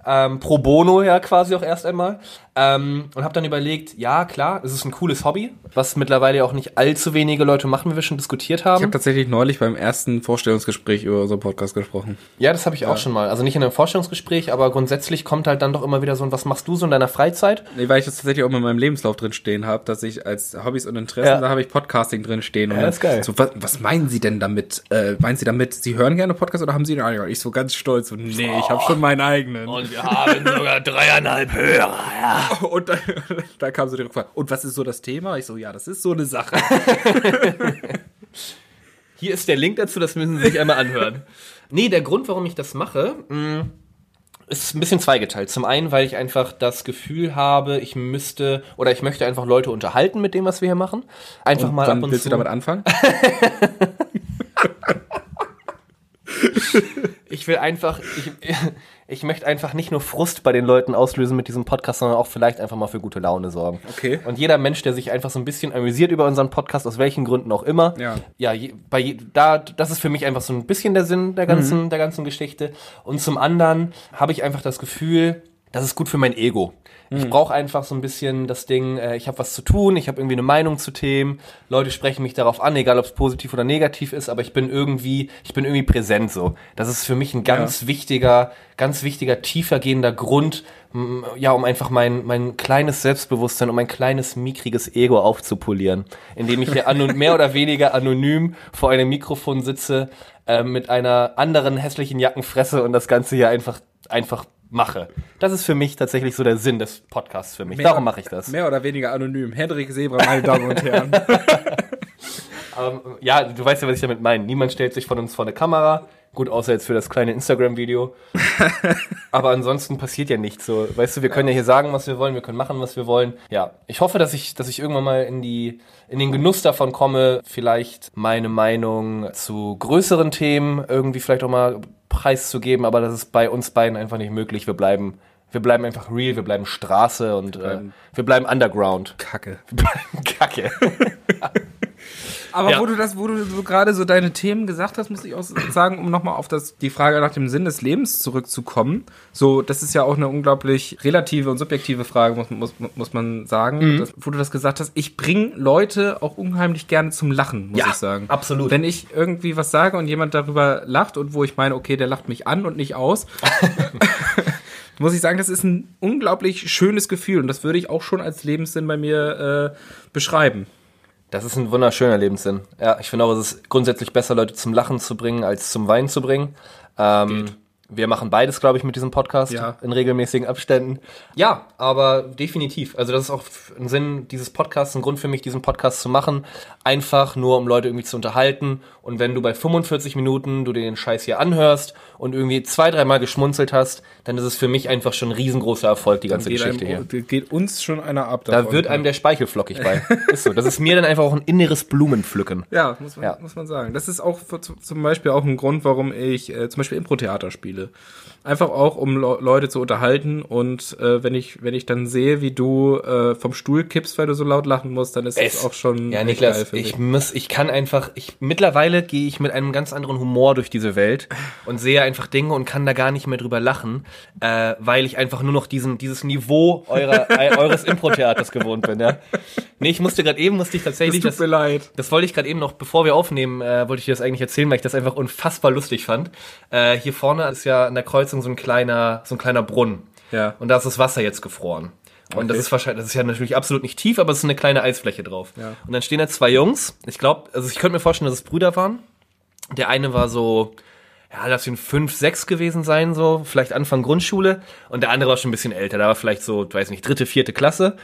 S2: Ähm, pro bono ja quasi auch erst einmal. Ähm, und habe dann überlegt, ja klar, es ist ein cooles Hobby, was mittlerweile ja auch nicht allzu wenige Leute machen, wie wir schon diskutiert
S1: Ich habe
S2: haben.
S1: tatsächlich neulich beim ersten Vorstellungsgespräch über unseren Podcast gesprochen.
S2: ja, das habe ich auch schon mal. Also nicht in einem Vorstellungsgespräch, aber grundsätzlich kommt halt dann doch immer wieder so ein, was machst du so in deiner Freizeit?
S1: Nee, weil ich das tatsächlich auch in meinem Lebenslauf drin stehen habe, dass ich als Hobbys und Interessen,
S2: Ja.
S1: da habe ich Podcasting drin stehen.
S2: Ja,
S1: und
S2: das ist geil.
S1: So, was, was meinen Sie denn damit? Äh, meinen Sie damit, Sie hören gerne Podcast oder haben Sie einen eigenen? Ich so ganz stolz. So, nee, ich habe schon meinen eigenen. Und,
S2: wir haben sogar dreieinhalb Hörer. Ja.
S1: da, da kam so die Rückfrage. Und was ist so das Thema? Ich so, ja, das ist so eine Sache.
S2: Hier ist der Link dazu, das müssen Sie sich einmal anhören. nee, der Grund, warum ich das mache, mh, ist ein bisschen zweigeteilt. Zum einen, weil ich einfach das Gefühl habe, ich müsste oder ich möchte einfach Leute unterhalten mit dem, was wir hier machen. Einfach mal
S1: Wann
S2: ab und
S1: willst
S2: zu.
S1: du damit anfangen?
S2: ich will einfach, ich, ich möchte einfach nicht nur Frust bei den Leuten auslösen mit diesem Podcast, sondern auch vielleicht einfach mal für gute Laune sorgen.
S1: Okay.
S2: Und jeder Mensch, der sich einfach so ein bisschen amüsiert über unseren Podcast, aus welchen Gründen auch immer,
S1: Ja.
S2: ja, je- bei je- da, das ist für mich einfach so ein bisschen der Sinn der ganzen, der ganzen Geschichte. Und zum anderen habe ich einfach das Gefühl, das ist gut für mein Ego. Ich brauche einfach so ein bisschen das Ding, äh, ich habe was zu tun, ich habe irgendwie eine Meinung zu Themen, Leute sprechen mich darauf an, egal ob es positiv oder negativ ist, aber ich bin irgendwie, ich bin irgendwie präsent so. Das ist für mich ein ganz wichtiger, ganz wichtiger, tiefergehender Grund, m, ja, um einfach mein, mein kleines Selbstbewusstsein, um mein kleines, mickriges Ego aufzupolieren, indem ich hier anon mehr oder weniger anonym vor einem Mikrofon sitze, äh, mit einer anderen hässlichen Jackenfresse und das Ganze hier einfach, einfach mache. Das ist für mich tatsächlich so der Sinn des Podcasts für mich. Darum mache ich das.
S1: Mehr oder weniger anonym. Hendrik Sebra, meine Damen und Herren.
S2: Ähm, ja, du weißt ja, was ich damit meine. Niemand stellt sich von uns vor eine Kamera. Gut, außer jetzt für das kleine Instagram-Video. Aber ansonsten passiert ja nichts. So, weißt du, wir können ja. hier sagen, was wir wollen, wir können machen, was wir wollen. Ja, ich hoffe, dass ich, dass ich irgendwann mal in die, in den Genuss davon komme, vielleicht meine Meinung zu größeren Themen irgendwie vielleicht auch mal preiszugeben. Aber das ist bei uns beiden einfach nicht möglich. Wir bleiben wir bleiben einfach real, wir bleiben Straße und wir bleiben, äh, wir bleiben underground.
S1: Kacke.
S2: Kacke.
S1: Aber ja. wo du das, wo du so gerade so deine Themen gesagt hast, muss ich auch sagen, um nochmal auf das, die Frage nach dem Sinn des Lebens zurückzukommen. So, das ist ja auch eine unglaublich relative und subjektive Frage, muss, muss, muss man sagen. Mhm. Das, wo du das gesagt hast, ich bringe Leute auch unheimlich gerne zum Lachen, muss
S2: ja,
S1: ich sagen.
S2: Absolut.
S1: Wenn ich irgendwie was sage und jemand darüber lacht und wo ich meine, okay, der lacht mich an und nicht aus. muss ich sagen, das ist ein unglaublich schönes Gefühl und das würde ich auch schon als Lebenssinn bei mir äh, beschreiben.
S2: Das ist ein wunderschöner Lebenssinn. Ja, ich finde auch, es ist grundsätzlich besser, Leute zum Lachen zu bringen, als zum Weinen zu bringen. Ähm, Geht. wir machen beides, glaube ich, mit diesem Podcast
S1: ja.
S2: in regelmäßigen Abständen. Ja, aber definitiv. Also das ist auch ein Sinn dieses Podcasts, ein Grund für mich, diesen Podcast zu machen. Einfach nur, um Leute irgendwie zu unterhalten. Und wenn du bei 45 Minuten du dir den Scheiß hier anhörst und irgendwie zwei, dreimal geschmunzelt hast, dann ist es für mich einfach schon ein riesengroßer Erfolg, die ganze
S1: geht
S2: Geschichte
S1: einem,
S2: hier.
S1: Geht uns schon einer ab.
S2: Da wird einem der Speichel flockig bei. ist so. Das ist mir dann einfach auch ein inneres Blumenpflücken.
S1: Ja, muss man,
S2: Ja.
S1: muss man sagen. Das ist auch für, zu- zum Beispiel auch ein Grund, warum ich äh, zum Beispiel Impro-Theater spiele. Einfach auch, um Leu- Leute zu unterhalten und äh, wenn ich wenn ich dann sehe, wie du äh, vom Stuhl kippst, weil du so laut lachen musst, dann ist
S2: Es-
S1: das auch schon
S2: Ja,
S1: echt geil
S2: Niklas,
S1: für
S2: ich
S1: mich.
S2: muss, ich kann einfach, ich, mittlerweile gehe ich mit einem ganz anderen Humor durch diese Welt und sehe einfach Dinge und kann da gar nicht mehr drüber lachen, äh, weil ich einfach nur noch diesen, dieses Niveau eurer, äh, eures Impro-Theaters gewohnt bin, ja. Nee, ich musste gerade eben, musste ich
S1: Es
S2: tatsächlich,
S1: tut mir
S2: das,
S1: leid.
S2: das wollte ich gerade eben noch, bevor wir aufnehmen, äh, wollte ich dir das eigentlich erzählen, weil ich das einfach unfassbar lustig fand. Äh, hier vorne ist ja an der Kreuzung so ein kleiner, so ein kleiner Brunnen.
S1: Ja.
S2: Und da ist das Wasser jetzt gefroren. Und das
S1: Okay.
S2: ist wahrscheinlich, das ist ja natürlich absolut nicht tief, aber es ist eine kleine Eisfläche drauf.
S1: Ja.
S2: Und dann stehen da zwei Jungs. Ich glaube, also ich könnte mir vorstellen, dass es Brüder waren. Der eine war so, ja, lass ihn fünf, sechs gewesen sein, so, vielleicht Anfang Grundschule. Und der andere war schon ein bisschen älter, da war vielleicht so, weiß nicht, dritte, vierte Klasse.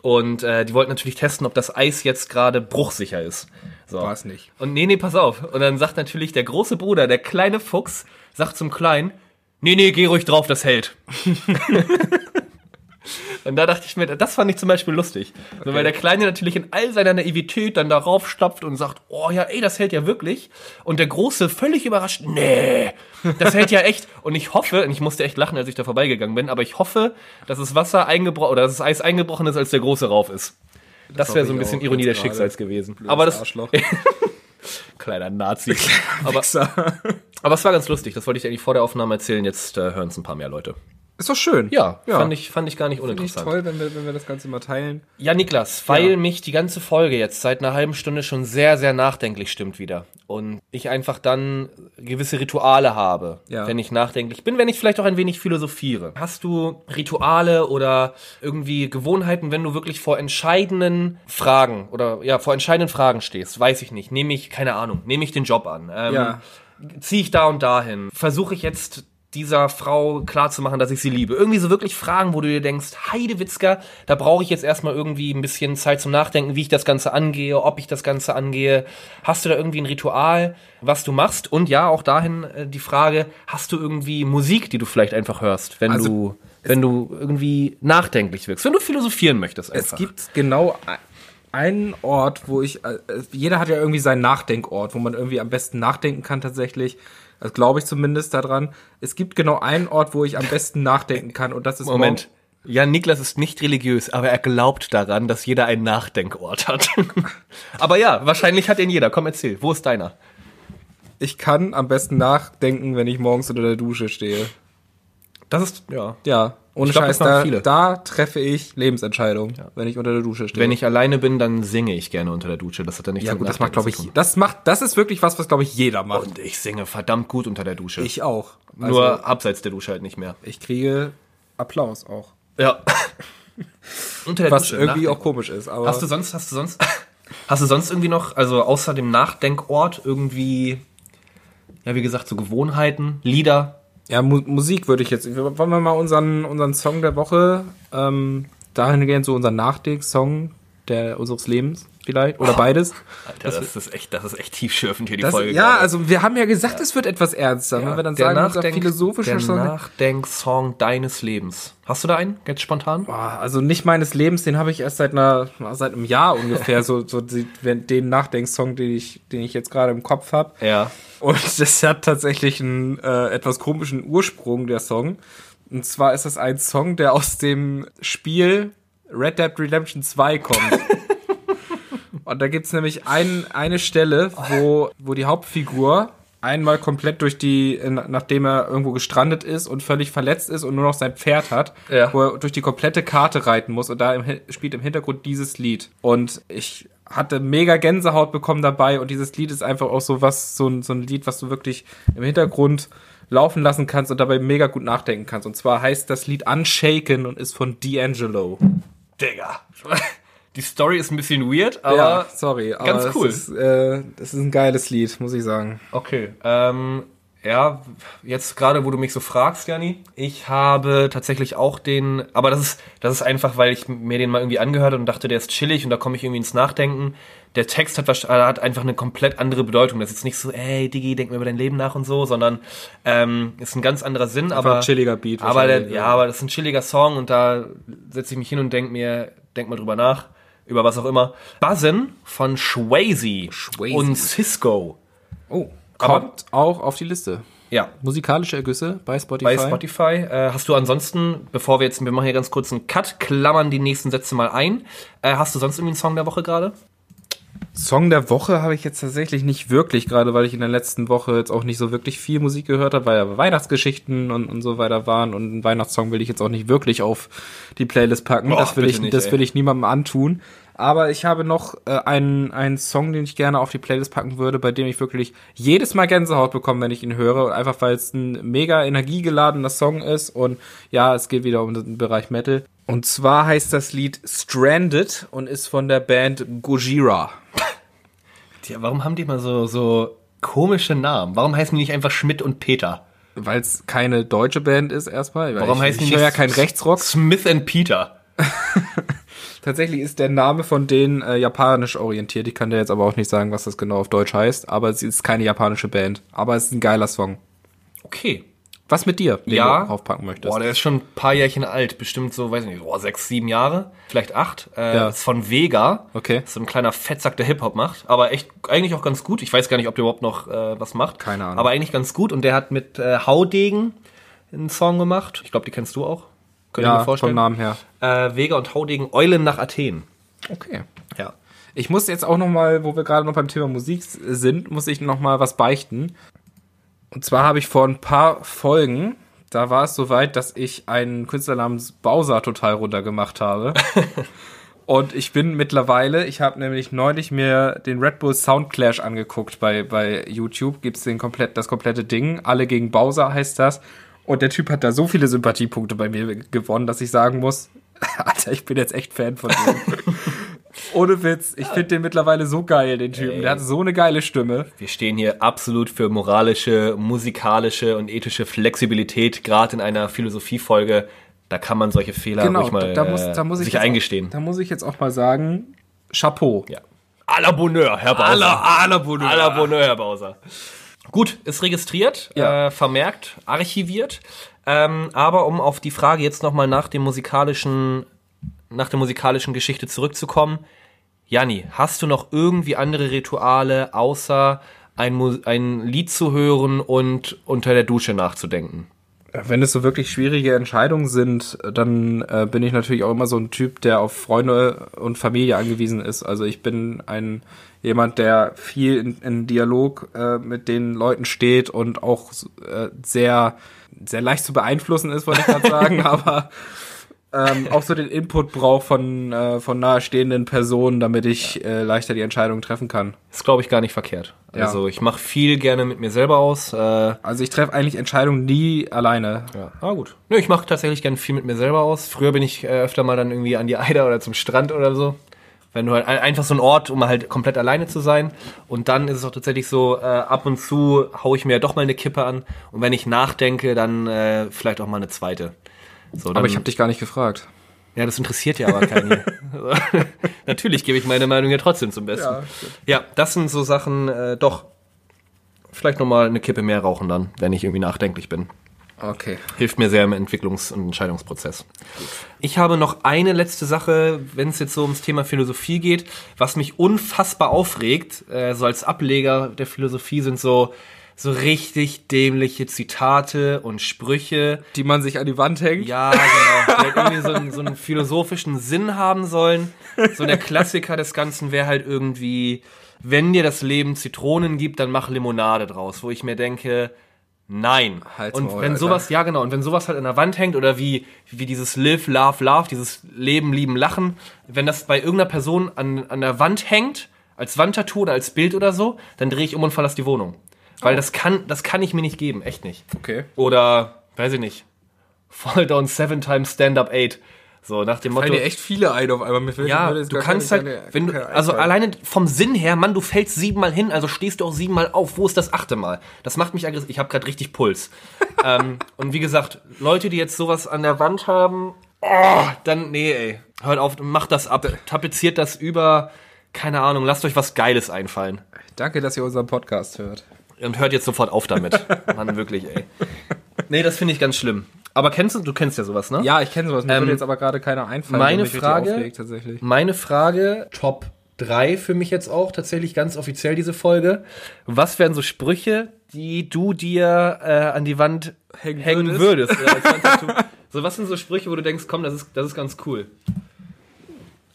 S2: Und äh, die wollten natürlich testen, ob das Eis jetzt gerade bruchsicher ist. So.
S1: War's nicht.
S2: Und nee, nee, pass auf. Und dann sagt natürlich der große Bruder, der kleine Fuchs, sagt zum Kleinen, nee, nee, geh ruhig drauf, das hält. Und da dachte ich mir, das fand ich zum Beispiel lustig. So, weil der Kleine natürlich in all seiner Naivität dann darauf stapft und sagt, oh ja, ey, das hält ja wirklich. Und der Große völlig überrascht, nee, das hält ja echt. Und ich hoffe, und ich musste echt lachen, als ich da vorbeigegangen bin, aber ich hoffe, dass das Wasser eingebrochen, oder dass das Eis eingebrochen ist, als der Große rauf ist. Das,
S1: hoffe
S2: wäre so ein
S1: ich
S2: bisschen
S1: auch
S2: Ironie
S1: jetzt
S2: des
S1: gerade.
S2: Schicksals gewesen. aber das,
S1: Arschloch.
S2: kleiner Nazi. aber, aber es war ganz lustig, das wollte ich dir eigentlich vor der Aufnahme erzählen, jetzt äh, hören es ein paar mehr Leute.
S1: Ist doch schön.
S2: Ja,
S1: ja.
S2: Fand, ich, fand ich gar nicht
S1: Finde ich
S2: uninteressant.
S1: toll, wenn wir, wenn wir das Ganze mal teilen.
S2: Ja, Niklas, weil
S1: Ja.
S2: mich die ganze Folge jetzt seit einer halben Stunde schon sehr, sehr nachdenklich stimmt wieder. Und ich einfach dann gewisse Rituale habe,
S1: Ja.
S2: wenn ich nachdenklich bin, wenn ich vielleicht auch ein wenig philosophiere. Hast du Rituale oder irgendwie Gewohnheiten, wenn du wirklich vor entscheidenden Fragen oder ja, vor entscheidenden Fragen stehst? Weiß ich nicht. Nehme ich, keine Ahnung, nehme ich den Job an? Ähm,
S1: Ja.
S2: Ziehe ich da und dahin? Versuche ich jetzt dieser Frau klarzumachen, dass ich sie liebe? Irgendwie so wirklich Fragen, wo du dir denkst, Heidewitzka, da brauche ich jetzt erstmal irgendwie ein bisschen Zeit zum Nachdenken, wie ich das Ganze angehe, ob ich das Ganze angehe. Hast du da irgendwie ein Ritual, was du machst? Und ja, auch dahin äh, die Frage, hast du irgendwie Musik, die du vielleicht einfach hörst, wenn
S1: Also,
S2: du wenn du irgendwie nachdenklich wirkst, wenn du philosophieren möchtest einfach.
S1: Es gibt genau ein- einen Ort, wo ich, äh, jeder hat ja irgendwie seinen Nachdenkort, wo man irgendwie am besten nachdenken kann tatsächlich. Das glaube ich zumindest daran. Es gibt genau einen Ort, wo ich am besten nachdenken kann und das ist
S2: Moment. Ja, Niklas ist nicht religiös, aber er glaubt daran, dass jeder einen Nachdenkort hat. aber ja, wahrscheinlich hat ihn jeder. Komm, erzähl, wo ist deiner?
S1: Morgen. Ich kann am besten nachdenken, wenn ich morgens unter der Dusche stehe.
S2: Das ist, ja.
S1: Ja, ohne
S2: Ich glaub,
S1: Scheiß,
S2: das machen
S1: da,
S2: viele.
S1: da treffe ich Lebensentscheidungen, wenn ich unter der Dusche stehe.
S2: Wenn ich alleine bin, dann singe ich gerne unter der Dusche. Das hat dann nichts
S1: ja
S2: mit
S1: gut, das macht
S2: Nachdenken
S1: glaube
S2: zu
S1: ich,
S2: tun.
S1: das macht, das ist wirklich was, was glaube ich jeder macht.
S2: Und ich singe verdammt gut unter der Dusche.
S1: ich auch. Also,
S2: Oh. Nur abseits der Dusche halt nicht mehr.
S1: ich kriege Applaus auch.
S2: Ja. unter der
S1: Was irgendwie
S2: nachdenken.
S1: auch komisch ist, aber.
S2: Hast du sonst, hast du sonst, hast du sonst irgendwie noch, also außer dem Nachdenkort irgendwie, ja, wie gesagt, so Gewohnheiten, Lieder?
S1: Ja, Mu Musik würde ich jetzt. Wollen wir mal unseren, unseren Song der Woche ähm, dahingehend so unseren Nachdenkssong der, unseres Lebens vielleicht oder beides.
S2: Alter, das, ist echt, das ist echt tiefschürfend hier die
S1: Oh, Das,
S2: Folge.
S1: ja,
S2: gerade.
S1: also wir haben ja gesagt, es wird etwas ernster. wenn wir dann sagen, unser philosophischer
S2: der
S1: Song.
S2: Nachdenksong deines Lebens. Hast du da einen? Jetzt spontan?
S1: Boah, also nicht meines Lebens, den habe ich erst seit einer, seit einem Jahr ungefähr, so, so die, wenn- den Nachdenksong, den ich, den ich jetzt gerade im Kopf habe.
S2: Ja.
S1: Und das hat tatsächlich einen äh, etwas komischen Ursprung, der Song. Und zwar ist das ein Song, der aus dem Spiel Red Dead Redemption 2 kommt. Und da gibt's nämlich ein, eine Stelle, wo, wo die Hauptfigur einmal komplett durch die, nachdem er irgendwo gestrandet ist und völlig verletzt ist und nur noch sein Pferd hat,
S2: Ja.
S1: wo er durch die komplette Karte reiten muss und da im, Hin- spielt im Hintergrund dieses Lied. Und ich hatte mega Gänsehaut bekommen dabei und dieses Lied ist einfach auch so was, so ein, so ein Lied, was du wirklich im Hintergrund laufen lassen kannst und dabei mega gut nachdenken kannst. Und zwar heißt das Lied Unshaken und ist von D'Angelo.
S2: Digga. Die Story ist ein bisschen weird, aber
S1: Ja, sorry. Aber
S2: ganz cool.
S1: Es ist, äh, es ist ein geiles Lied, muss ich sagen.
S2: Okay, ähm, ja, jetzt gerade, wo du mich so fragst, Jani, ich habe tatsächlich auch den, aber das ist, das ist einfach, weil ich mir den mal irgendwie angehört habe und dachte, der ist chillig und da komme ich irgendwie ins Nachdenken. Der Text hat, wahrsch- äh, hat einfach eine komplett andere Bedeutung. Das ist jetzt nicht so, ey, Digi, denk mir über dein Leben nach und so, sondern ähm, ist ein ganz anderer Sinn,
S1: Einfach
S2: aber
S1: ein chilliger Beat
S2: Aber der,
S1: wahrscheinlich,
S2: ja,
S1: ja.
S2: aber das ist ein chilliger Song und da setze ich mich hin und denk mir, denk mal drüber nach, über was auch immer. Buzzin von Swayze,
S1: Swayze.
S2: und Cisco.
S1: Oh.
S2: aber-
S1: Kommt auch auf die Liste.
S2: Ja,
S1: Musikalische Ergüsse bei Spotify.
S2: bei Spotify. Äh, hast du ansonsten, bevor wir jetzt, wir machen hier ganz kurz einen Cut, klammern die nächsten Sätze mal ein. Äh, hast du sonst irgendwie einen Song der Woche gerade?
S1: Song der Woche habe ich jetzt tatsächlich nicht wirklich, gerade weil ich in der letzten Woche jetzt auch nicht so wirklich viel Musik gehört habe, weil ja Weihnachtsgeschichten und, und so weiter waren und einen Weihnachtssong will ich jetzt auch nicht wirklich auf die Playlist packen.
S2: Boah,
S1: das will
S2: bitte
S1: ich,
S2: nicht,
S1: das
S2: ey.
S1: will ich niemandem antun. Aber ich habe noch äh, einen, einen Song, den ich gerne auf die Playlist packen würde, bei dem ich wirklich jedes Mal Gänsehaut bekomme, wenn ich ihn höre. Einfach weil es ein mega energiegeladener Song ist. Und ja, es geht wieder um den Bereich Metal. Und zwar heißt das Lied Stranded und ist von der Band Gojira.
S2: Tja, warum haben die immer so, so komische Namen? Warum heißen die nicht einfach Schmidt und Peter?
S1: Weil es keine deutsche Band ist erstmal. weil
S2: Warum
S1: ich,
S2: heißen
S1: ich
S2: die
S1: höre ja
S2: nicht
S1: kein Rechtsrock.
S2: Smith and Peter.
S1: Tatsächlich ist der Name von denen äh, japanisch orientiert. Ich kann dir jetzt aber auch nicht sagen, was das genau auf Deutsch heißt. Aber es ist keine japanische Band. Aber es ist ein geiler Song.
S2: Okay.
S1: Was mit dir, den
S2: Ja.
S1: du aufpacken möchtest?
S2: Boah, der ist schon ein paar Jährchen alt. Bestimmt so, weiß ich nicht, boah, sechs, sieben Jahre. Vielleicht acht. Äh,
S1: Ja.
S2: Ist von Vega.
S1: Okay.
S2: So ein kleiner Fettsack, der Hip-Hop macht. Aber echt, eigentlich auch ganz gut. Ich weiß gar nicht, ob der überhaupt noch äh, was macht.
S1: Keine Ahnung.
S2: Aber eigentlich ganz gut. Und der hat mit äh, Haudegen einen Song gemacht. Ich glaube, die kennst du auch. Könnt ihr
S1: ja,
S2: mir vorstellen.
S1: vom Namen her.
S2: Äh, Vega und Haudegen, Eulen nach Athen.
S1: Okay.
S2: Ja.
S1: Ich muss jetzt auch noch mal, wo wir gerade noch beim Thema Musik sind, muss ich noch mal was beichten. Und zwar habe ich vor ein paar Folgen, da war es soweit, dass ich einen Künstler namens Bowser total runtergemacht habe. Und ich bin mittlerweile, ich habe nämlich neulich mir den Red Bull Sound Clash angeguckt bei, bei YouTube. Gibt's den komplett, das komplette Ding. Alle gegen Bowser heißt das. Und der Typ hat da so viele Sympathiepunkte bei mir gewonnen, dass ich sagen muss, Alter, ich bin jetzt echt Fan von dem. Ohne Witz, ich finde den mittlerweile so geil, den Typen. Der hat so eine geile Stimme.
S2: Wir stehen hier absolut für moralische, musikalische und ethische Flexibilität, gerade in einer Philosophiefolge. Da kann man solche Fehler
S1: Genau,
S2: ruhig mal äh, sich
S1: jetzt
S2: eingestehen.
S1: Auch, da muss ich jetzt auch mal sagen, Chapeau.
S2: Ja. À la Bonheur, Herr Bowser. À la Bonheur. Herr Bowser. Gut, ist registriert,
S1: Ja.
S2: äh, vermerkt, archiviert. Ähm, aber um auf die Frage jetzt nochmal nach dem musikalischen, nach der musikalischen Geschichte zurückzukommen. Janni, hast du noch irgendwie andere Rituale, außer ein, Mu- ein Lied zu hören und unter der Dusche nachzudenken?
S1: Wenn es so wirklich schwierige Entscheidungen sind, dann äh, bin ich natürlich auch immer so ein Typ, der auf Freunde und Familie angewiesen ist. Also ich bin ein jemand, der viel in, in Dialog äh, mit den Leuten steht und auch äh, sehr sehr leicht zu beeinflussen ist, wollte ich gerade sagen, aber ähm, auch so den Input braucht von äh, von nahestehenden Personen, damit ich äh, leichter die Entscheidung treffen kann.
S2: Ist, glaube ich, gar nicht verkehrt.
S1: Ja.
S2: Also ich mache viel gerne mit mir selber aus. Äh,
S1: Also ich treffe eigentlich Entscheidungen nie alleine.
S2: Ja, ah, gut. Nö, ich mache tatsächlich gern viel mit mir selber aus. Früher bin ich äh, öfter mal dann irgendwie an die Eider oder zum Strand oder so. Wenn du halt ein- einfach so ein Ort, um halt komplett alleine zu sein. Und dann ist es auch tatsächlich so, äh, ab und zu hau ich mir ja doch mal eine Kippe an. Und wenn ich nachdenke, dann äh, vielleicht auch mal eine zweite. So, dann,
S1: Aber ich habe dich gar nicht gefragt.
S2: Ja, das interessiert ja aber keinen. Natürlich gebe ich meine Meinung ja trotzdem zum Besten. Ja, das sind so Sachen, äh, doch. Vielleicht nochmal eine Kippe mehr rauchen dann, wenn ich irgendwie nachdenklich bin.
S1: Okay.
S2: Hilft mir sehr im Entwicklungs- und Entscheidungsprozess. Ich habe noch eine letzte Sache, wenn es jetzt so ums Thema Philosophie geht, was mich unfassbar aufregt, äh, so als Ableger der Philosophie sind so, so richtig dämliche Zitate und Sprüche.
S1: Die man sich an die Wand hängt.
S2: Ja, genau. Die halt irgendwie so einen, so einen philosophischen Sinn haben sollen. So der Klassiker des Ganzen wäre halt irgendwie, wenn dir das Leben Zitronen gibt, dann mach Limonade draus, wo ich mir denke, Nein.
S1: Halt's
S2: und
S1: Halt Maul,
S2: wenn
S1: Alter.
S2: sowas, ja genau, und wenn sowas halt an der Wand hängt oder wie, wie dieses Live, Love, Love, dieses Leben, Lieben, Lachen, wenn das bei irgendeiner Person an, an der Wand hängt, als Wandtattoo oder als Bild oder so, dann drehe ich um und verlasse die Wohnung. Weil
S1: Oh.
S2: das kann, das kann ich mir nicht geben, echt nicht.
S1: Okay.
S2: Oder, weiß ich nicht, Fall down seven times, stand up eight. So, nach dem
S1: Fallen
S2: Motto.
S1: dir echt viele ein auf einmal. Mir fällt
S2: Ja,
S1: gerade jetzt
S2: du
S1: gar
S2: kannst
S1: keine-
S2: halt,
S1: keine-
S2: wenn
S1: keine
S2: du, also
S1: einfallen.
S2: alleine vom Sinn her, Mann, du fällst siebenmal hin, also stehst du auch siebenmal auf. Wo ist das achte Mal? Das macht mich aggressiv. Ich habe gerade richtig Puls. ähm, und wie gesagt, Leute, die jetzt sowas an der Wand haben, oh, dann, nee, ey, hört auf, macht das ab, tapeziert das über, keine Ahnung, lasst euch was Geiles einfallen.
S1: Danke, dass ihr unseren Podcast hört.
S2: Und hört jetzt sofort auf damit. Mann, wirklich, ey. Nee, das finde ich ganz schlimm. Aber kennst du, du kennst ja sowas, ne?
S1: Ja, ich kenne sowas. Mir
S2: Ähm,
S1: würde jetzt aber gerade keiner einfallen.
S2: meine
S1: der mich richtig
S2: Frage-
S1: Aufregt, tatsächlich.
S2: Meine Frage, Top 3 für mich jetzt auch, tatsächlich ganz offiziell diese Folge. Was wären so Sprüche, die du dir äh, an die Wand hängen, würdest? Ja, als Wandtattoo. so, was sind so Sprüche, wo du denkst, komm, das ist, das ist ganz cool?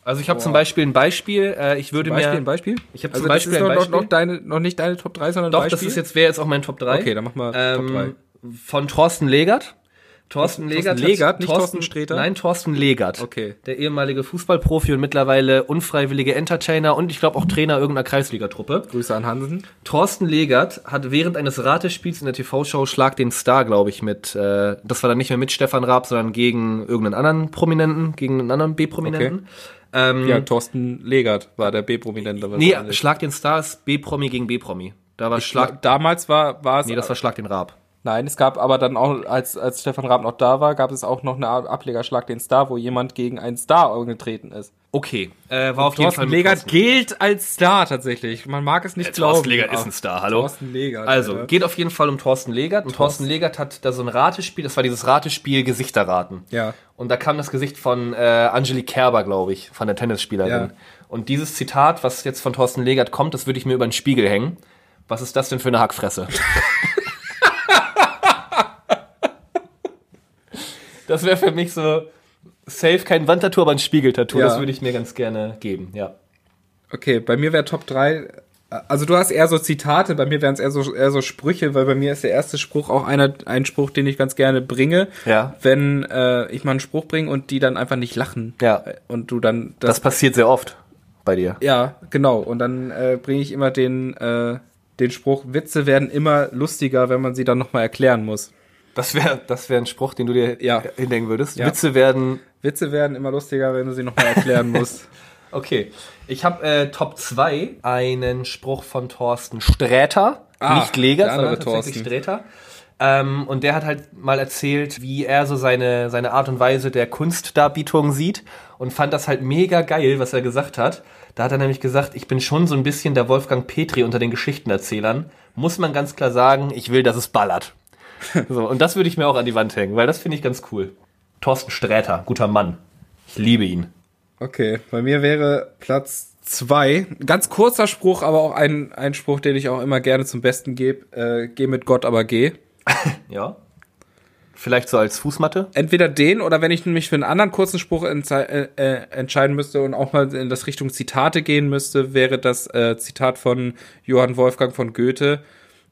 S2: Also ich habe zum Beispiel ein Beispiel, äh, ich würde
S1: Beispiel,
S2: mir...
S1: ein Beispiel?
S2: Ich hab
S1: also
S2: zum
S1: das
S2: Beispiel
S1: ist
S2: ein
S1: noch, Noch,
S2: Beispiel.
S1: noch, deine, noch nicht deine Top 3, sondern
S2: Doch,
S1: Beispiel?
S2: das ist jetzt, wäre jetzt auch mein Top 3.
S1: Okay, dann mach mal
S2: ähm,
S1: Top 3.
S2: Von Thorsten Legert. Thorsten Legert. hat-
S1: Legert, nicht Thorsten Sträter?
S2: Nein, Thorsten Legert.
S1: Okay.
S2: Der ehemalige Fußballprofi und mittlerweile unfreiwillige Entertainer und ich glaube auch Trainer irgendeiner Kreisligatruppe.
S1: Grüße an Hansen.
S2: Thorsten Legert hat während eines Ratespiels in der TV-Show Schlag den Star, glaube ich, mit, äh, das war dann nicht mehr mit Stefan Raab, sondern gegen irgendeinen anderen Prominenten, gegen einen anderen B-Prominenten. Ähm,
S1: Ja, Thorsten Legert war der B-Prominente.
S2: nee,
S1: wahrscheinlich.
S2: Schlag den Star ist B-Promi gegen B-Promi. Da war Schlag,
S1: Schlag, damals war, war es.
S2: nee, das war Schlag den Raab.
S1: nein, es gab aber dann auch, als, als Stefan Raab noch da war, gab es auch noch eine Art Ablegerschlag den Star, wo jemand gegen einen Star angetreten ist.
S2: Okay, äh, war auf jeden Fall mit Thorsten. Äh,
S1: gilt als Star tatsächlich. Man mag es nicht
S2: Thorsten Legert ist ein Star, hallo.
S1: Thorsten Legert.
S2: Also,
S1: Alter.
S2: geht auf jeden Fall um Thorsten Legert. Und Thorsten Legert hat da so ein Ratespiel, das war dieses Ratespiel Gesichterraten.
S1: Ja.
S2: Und da kam das Gesicht von äh, Angelique Kerber, glaube ich, von der Tennisspielerin.
S1: Ja.
S2: Und dieses Zitat, was jetzt von Thorsten Legert kommt, das würde ich mir über den Spiegel hängen. Was ist das denn für eine Hackfresse? das wäre für mich so safe kein Wandtattoo, aber ein Spiegeltattoo.
S1: Ja.
S2: Das würde ich mir ganz gerne geben, ja.
S1: Okay, bei mir wäre Top 3. Also du hast eher so Zitate, bei mir wären es eher so, eher so Sprüche, weil bei mir ist der erste Spruch auch einer, ein Spruch, den ich ganz gerne bringe.
S2: Ja.
S1: Wenn äh, ich mal einen Spruch bringe und die dann einfach nicht lachen.
S2: Ja.
S1: Und du dann
S2: Das
S1: das.
S2: passiert sehr oft bei dir.
S1: ja, genau. Und dann äh, bringe ich immer den, äh, den Spruch, Witze werden immer lustiger, wenn man sie dann nochmal erklären muss.
S2: Das wäre das wär ein Spruch, den du dir
S1: Ja.
S2: hindenken würdest.
S1: Ja.
S2: Witze werden.
S1: Witze werden immer lustiger, wenn du sie nochmal erklären musst.
S2: Okay. Ich habe äh, Top 2 einen Spruch von Thorsten Sträter.
S1: Ah,
S2: nicht Leger,
S1: der andere
S2: sondern tatsächlich
S1: Thorsten.
S2: Sträter. Ähm, und der hat halt mal erzählt, wie er so seine, seine Art und Weise der Kunstdarbietung sieht und fand das halt mega geil, was er gesagt hat. Da hat er nämlich gesagt, ich bin schon so ein bisschen der Wolfgang Petri unter den Geschichtenerzählern. Muss man ganz klar sagen, ich will, dass es ballert. So, und das würde ich mir auch an die Wand hängen, weil das finde ich ganz cool. Thorsten Sträter, guter Mann. Ich liebe ihn.
S1: Okay, bei mir wäre Platz zwei. Ganz kurzer Spruch, aber auch ein, ein Spruch, den ich auch immer gerne zum Besten gebe. Äh, geh mit Gott, aber geh.
S2: Ja. Vielleicht so als Fußmatte?
S1: Entweder den oder wenn ich mich für einen anderen kurzen Spruch entzei- äh, äh, entscheiden müsste und auch mal in das Richtung Zitate gehen müsste, wäre das äh, Zitat von Johann Wolfgang von Goethe.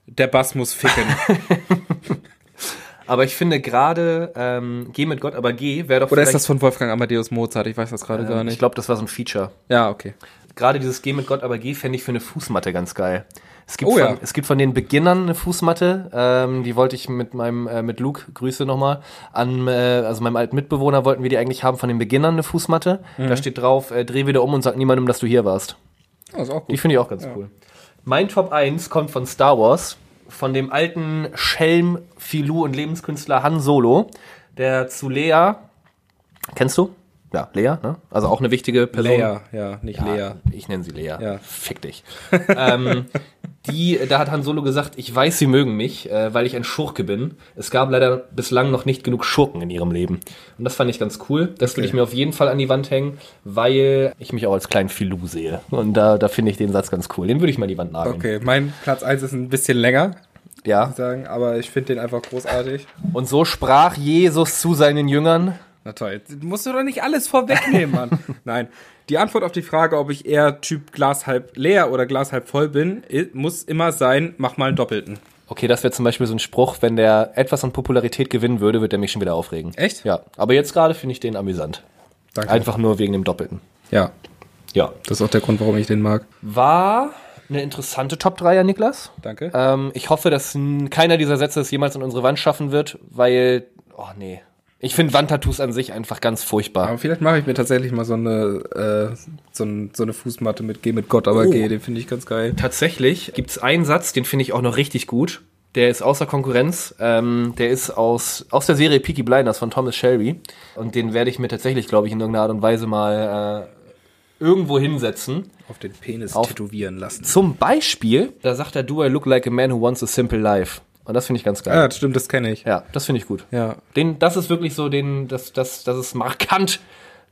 S1: Der Bass muss ficken.
S2: Aber ich finde gerade, ähm, geh mit Gott, aber geh, wäre doch
S1: Oder ist
S2: vielleicht, Ähm,
S1: das von Wolfgang Amadeus Mozart? Ich weiß das gerade gar
S2: Ich
S1: nicht.
S2: glaube, das war so ein Feature.
S1: Ja, okay.
S2: Gerade dieses Geh mit Gott, aber geh fände ich für eine Fußmatte ganz geil. Es gibt,
S1: Oh
S2: von,
S1: ja.
S2: es gibt von den Beginnern eine Fußmatte, ähm, die wollte ich mit meinem, äh, mit Luke, Grüße nochmal, an, äh, also meinem alten Mitbewohner wollten wir die eigentlich haben, von den Beginnern eine Fußmatte.
S1: Mhm.
S2: Da steht drauf, äh, dreh wieder um und sag niemandem, dass du hier warst.
S1: Das Oh, ist auch
S2: Die finde ich auch ganz cool. Mein Top 1 kommt von Star Wars, von dem alten Schelm, Filou und Lebenskünstler Han Solo, der zu Leia. Kennst du? ja, Lea, ne? Also auch eine wichtige Person.
S1: Lea, ja, nicht Lea.
S2: Ich nenne sie Lea.
S1: Ja.
S2: Fick dich. ähm, die, da hat Han Solo gesagt, ich weiß, sie mögen mich, äh, weil ich ein Schurke bin. Es gab leider bislang noch nicht genug Schurken in ihrem Leben. Und das fand ich ganz cool. Das will ich mir auf jeden Fall an die Wand hängen, weil ich mich auch als kleinen Filou sehe. Und da, da finde ich den Satz ganz cool. Den würde ich mal an die Wand nageln.
S1: Okay, mein Platz 1 ist ein bisschen länger,
S2: Ja.
S1: sagen, aber ich finde den einfach großartig.
S2: Und so sprach Jesus zu seinen Jüngern.
S1: Na toll, jetzt musst du doch nicht alles vorwegnehmen, Mann. Nein. Die Antwort auf die Frage, ob ich eher Typ Glas halb leer oder Glas halb voll bin, i- muss immer sein, mach mal einen Doppelten.
S2: Okay, das wäre zum Beispiel so ein Spruch, wenn der etwas an Popularität gewinnen würde, wird er mich schon wieder aufregen.
S1: Echt?
S2: Ja. Aber jetzt gerade finde ich den amüsant.
S1: Danke.
S2: Einfach nur wegen dem Doppelten.
S1: Ja,
S2: Ja.
S1: das ist auch der Grund, warum ich den mag.
S2: War eine interessante Top 3, ja, Niklas.
S1: Danke.
S2: Ähm, ich hoffe, dass n- keiner dieser Sätze es jemals an unsere Wand schaffen wird, weil. Oh nee. Ich finde Wandtattoos an sich einfach ganz furchtbar.
S1: Aber vielleicht mache ich mir tatsächlich mal so eine, äh, so, ein, so eine Fußmatte mit Geh mit Gott, aber
S2: Oh.
S1: geh, den finde ich ganz geil.
S2: Tatsächlich gibt es einen Satz, den finde ich auch noch richtig gut. Der ist außer Konkurrenz. Ähm, der ist aus, aus der Serie Peaky Blinders von Thomas Shelby. Und den werde ich mir tatsächlich, glaube ich, in irgendeiner Art und Weise mal äh, irgendwo hinsetzen.
S1: Auf den Penis
S2: Auf-
S1: tätowieren lassen.
S2: Zum Beispiel, da sagt er, do I look like a man who wants a simple life? Und das finde ich
S1: Ja,
S2: ganz geil.
S1: Ah, das stimmt, das kenne ich.
S2: Ja, das finde ich gut.
S1: Ja.
S2: Den, das ist wirklich so, den, das, das, das ist markant.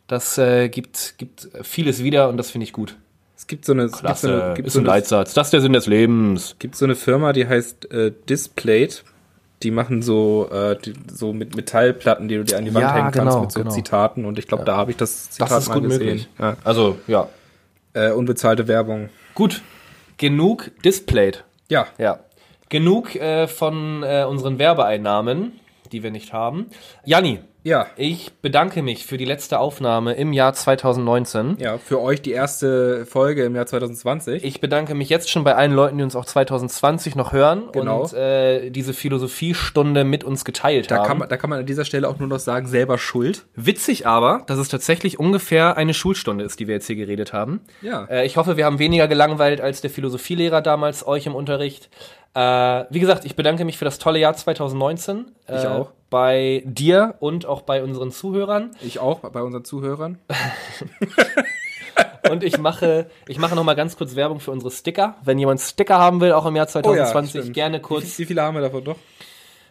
S2: Das äh, gibt, gibt vieles wieder und das finde ich gut.
S1: Es gibt so eine, es gibt so eine, gibt so eine
S2: Leitsatz. Das ist der Sinn des Lebens.
S1: gibt so eine Firma, die heißt äh, Displayed. Die machen so, äh, die, so mit Metallplatten, die du dir an die Wand
S2: Ja,
S1: hängen kannst
S2: genau,
S1: mit so
S2: genau.
S1: Zitaten. Und ich glaube, da habe ich das Zitat
S2: Das ist
S1: mal
S2: gut
S1: gesehen.
S2: möglich.
S1: Ja.
S2: Also, ja.
S1: Äh, unbezahlte Werbung.
S2: Gut. Genug displayed.
S1: Ja,
S2: Ja. Genug äh, von äh, unseren Werbeeinnahmen, die wir nicht haben. Janni,
S1: ja,
S2: ich bedanke mich für die letzte Aufnahme im Jahr 2019.
S1: ja. Für euch die erste Folge im Jahr 2020.
S2: Ich bedanke mich jetzt schon bei allen Leuten, die uns auch 2020 noch hören
S1: Genau.
S2: und äh, diese Philosophiestunde mit uns geteilt
S1: da,
S2: haben.
S1: kann man, da kann man an dieser Stelle auch nur noch sagen, selber schuld.
S2: Witzig aber, dass es tatsächlich ungefähr eine Schulstunde ist, die wir jetzt hier geredet haben.
S1: Ja.
S2: Äh, ich hoffe, wir haben weniger gelangweilt als der Philosophielehrer damals euch im Unterricht. Äh, wie gesagt, ich bedanke mich für das tolle Jahr 2019.
S1: Ich
S2: äh,
S1: auch.
S2: Bei dir und auch bei unseren Zuhörern.
S1: Ich auch, bei unseren Zuhörern. Oh
S2: Und ich mache, ich mache noch mal ganz kurz Werbung für unsere Sticker. Wenn jemand Sticker haben will, auch im Jahr 2020,
S1: stimmt.
S2: gerne
S1: Wie,
S2: kurz
S1: viel- wie viele haben wir davon doch?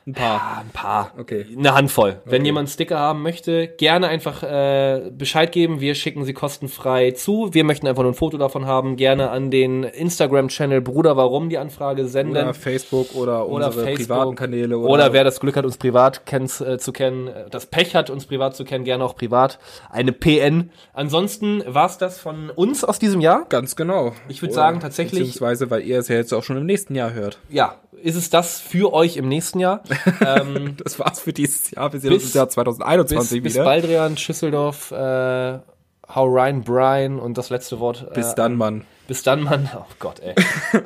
S1: Ein paar.
S2: Ah, ein paar.
S1: Okay.
S2: Eine Handvoll. Wenn jemand Sticker haben möchte, gerne einfach äh, Bescheid geben. Wir schicken sie kostenfrei zu. Wir möchten einfach nur ein Foto davon haben. Gerne an den Instagram-Channel Bruder Warum die Anfrage senden.
S1: Oder Facebook oder,
S2: Oder
S1: unsere
S2: Facebook.
S1: privaten Kanäle.
S2: Oder, wer das Glück hat, uns privat kennz, äh, zu kennen, äh, das Pech hat, uns privat zu kennen, gerne auch privat. Eine PN. Ansonsten war's das von uns aus diesem Jahr.
S1: Ganz genau.
S2: Ich würd
S1: Oder-
S2: sagen, tatsächlich-
S1: Beziehungsweise, weil ihr es ja jetzt auch schon im nächsten Jahr hört.
S2: Ja, ist es das für euch im nächsten Jahr? ähm,
S1: Das war's für dieses Jahr. Wir sehen
S2: Bis-
S1: uns im Jahr 2021 eh
S2: bis, bis
S1: wieder.
S2: Baldrian, Schüsseldorf, äh, How Ryan, Brian und das letzte Wort.
S1: Bis
S2: äh,
S1: dann, Mann.
S2: Bis dann, Mann. Oh Gott, ey.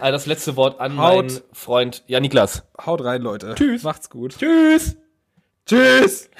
S2: Also das letzte Wort an
S1: Haut.
S2: meinen Freund, ja, Niklas.
S1: Haut rein, Leute. Tschüss. Macht's gut. Tschüss. Tschüss.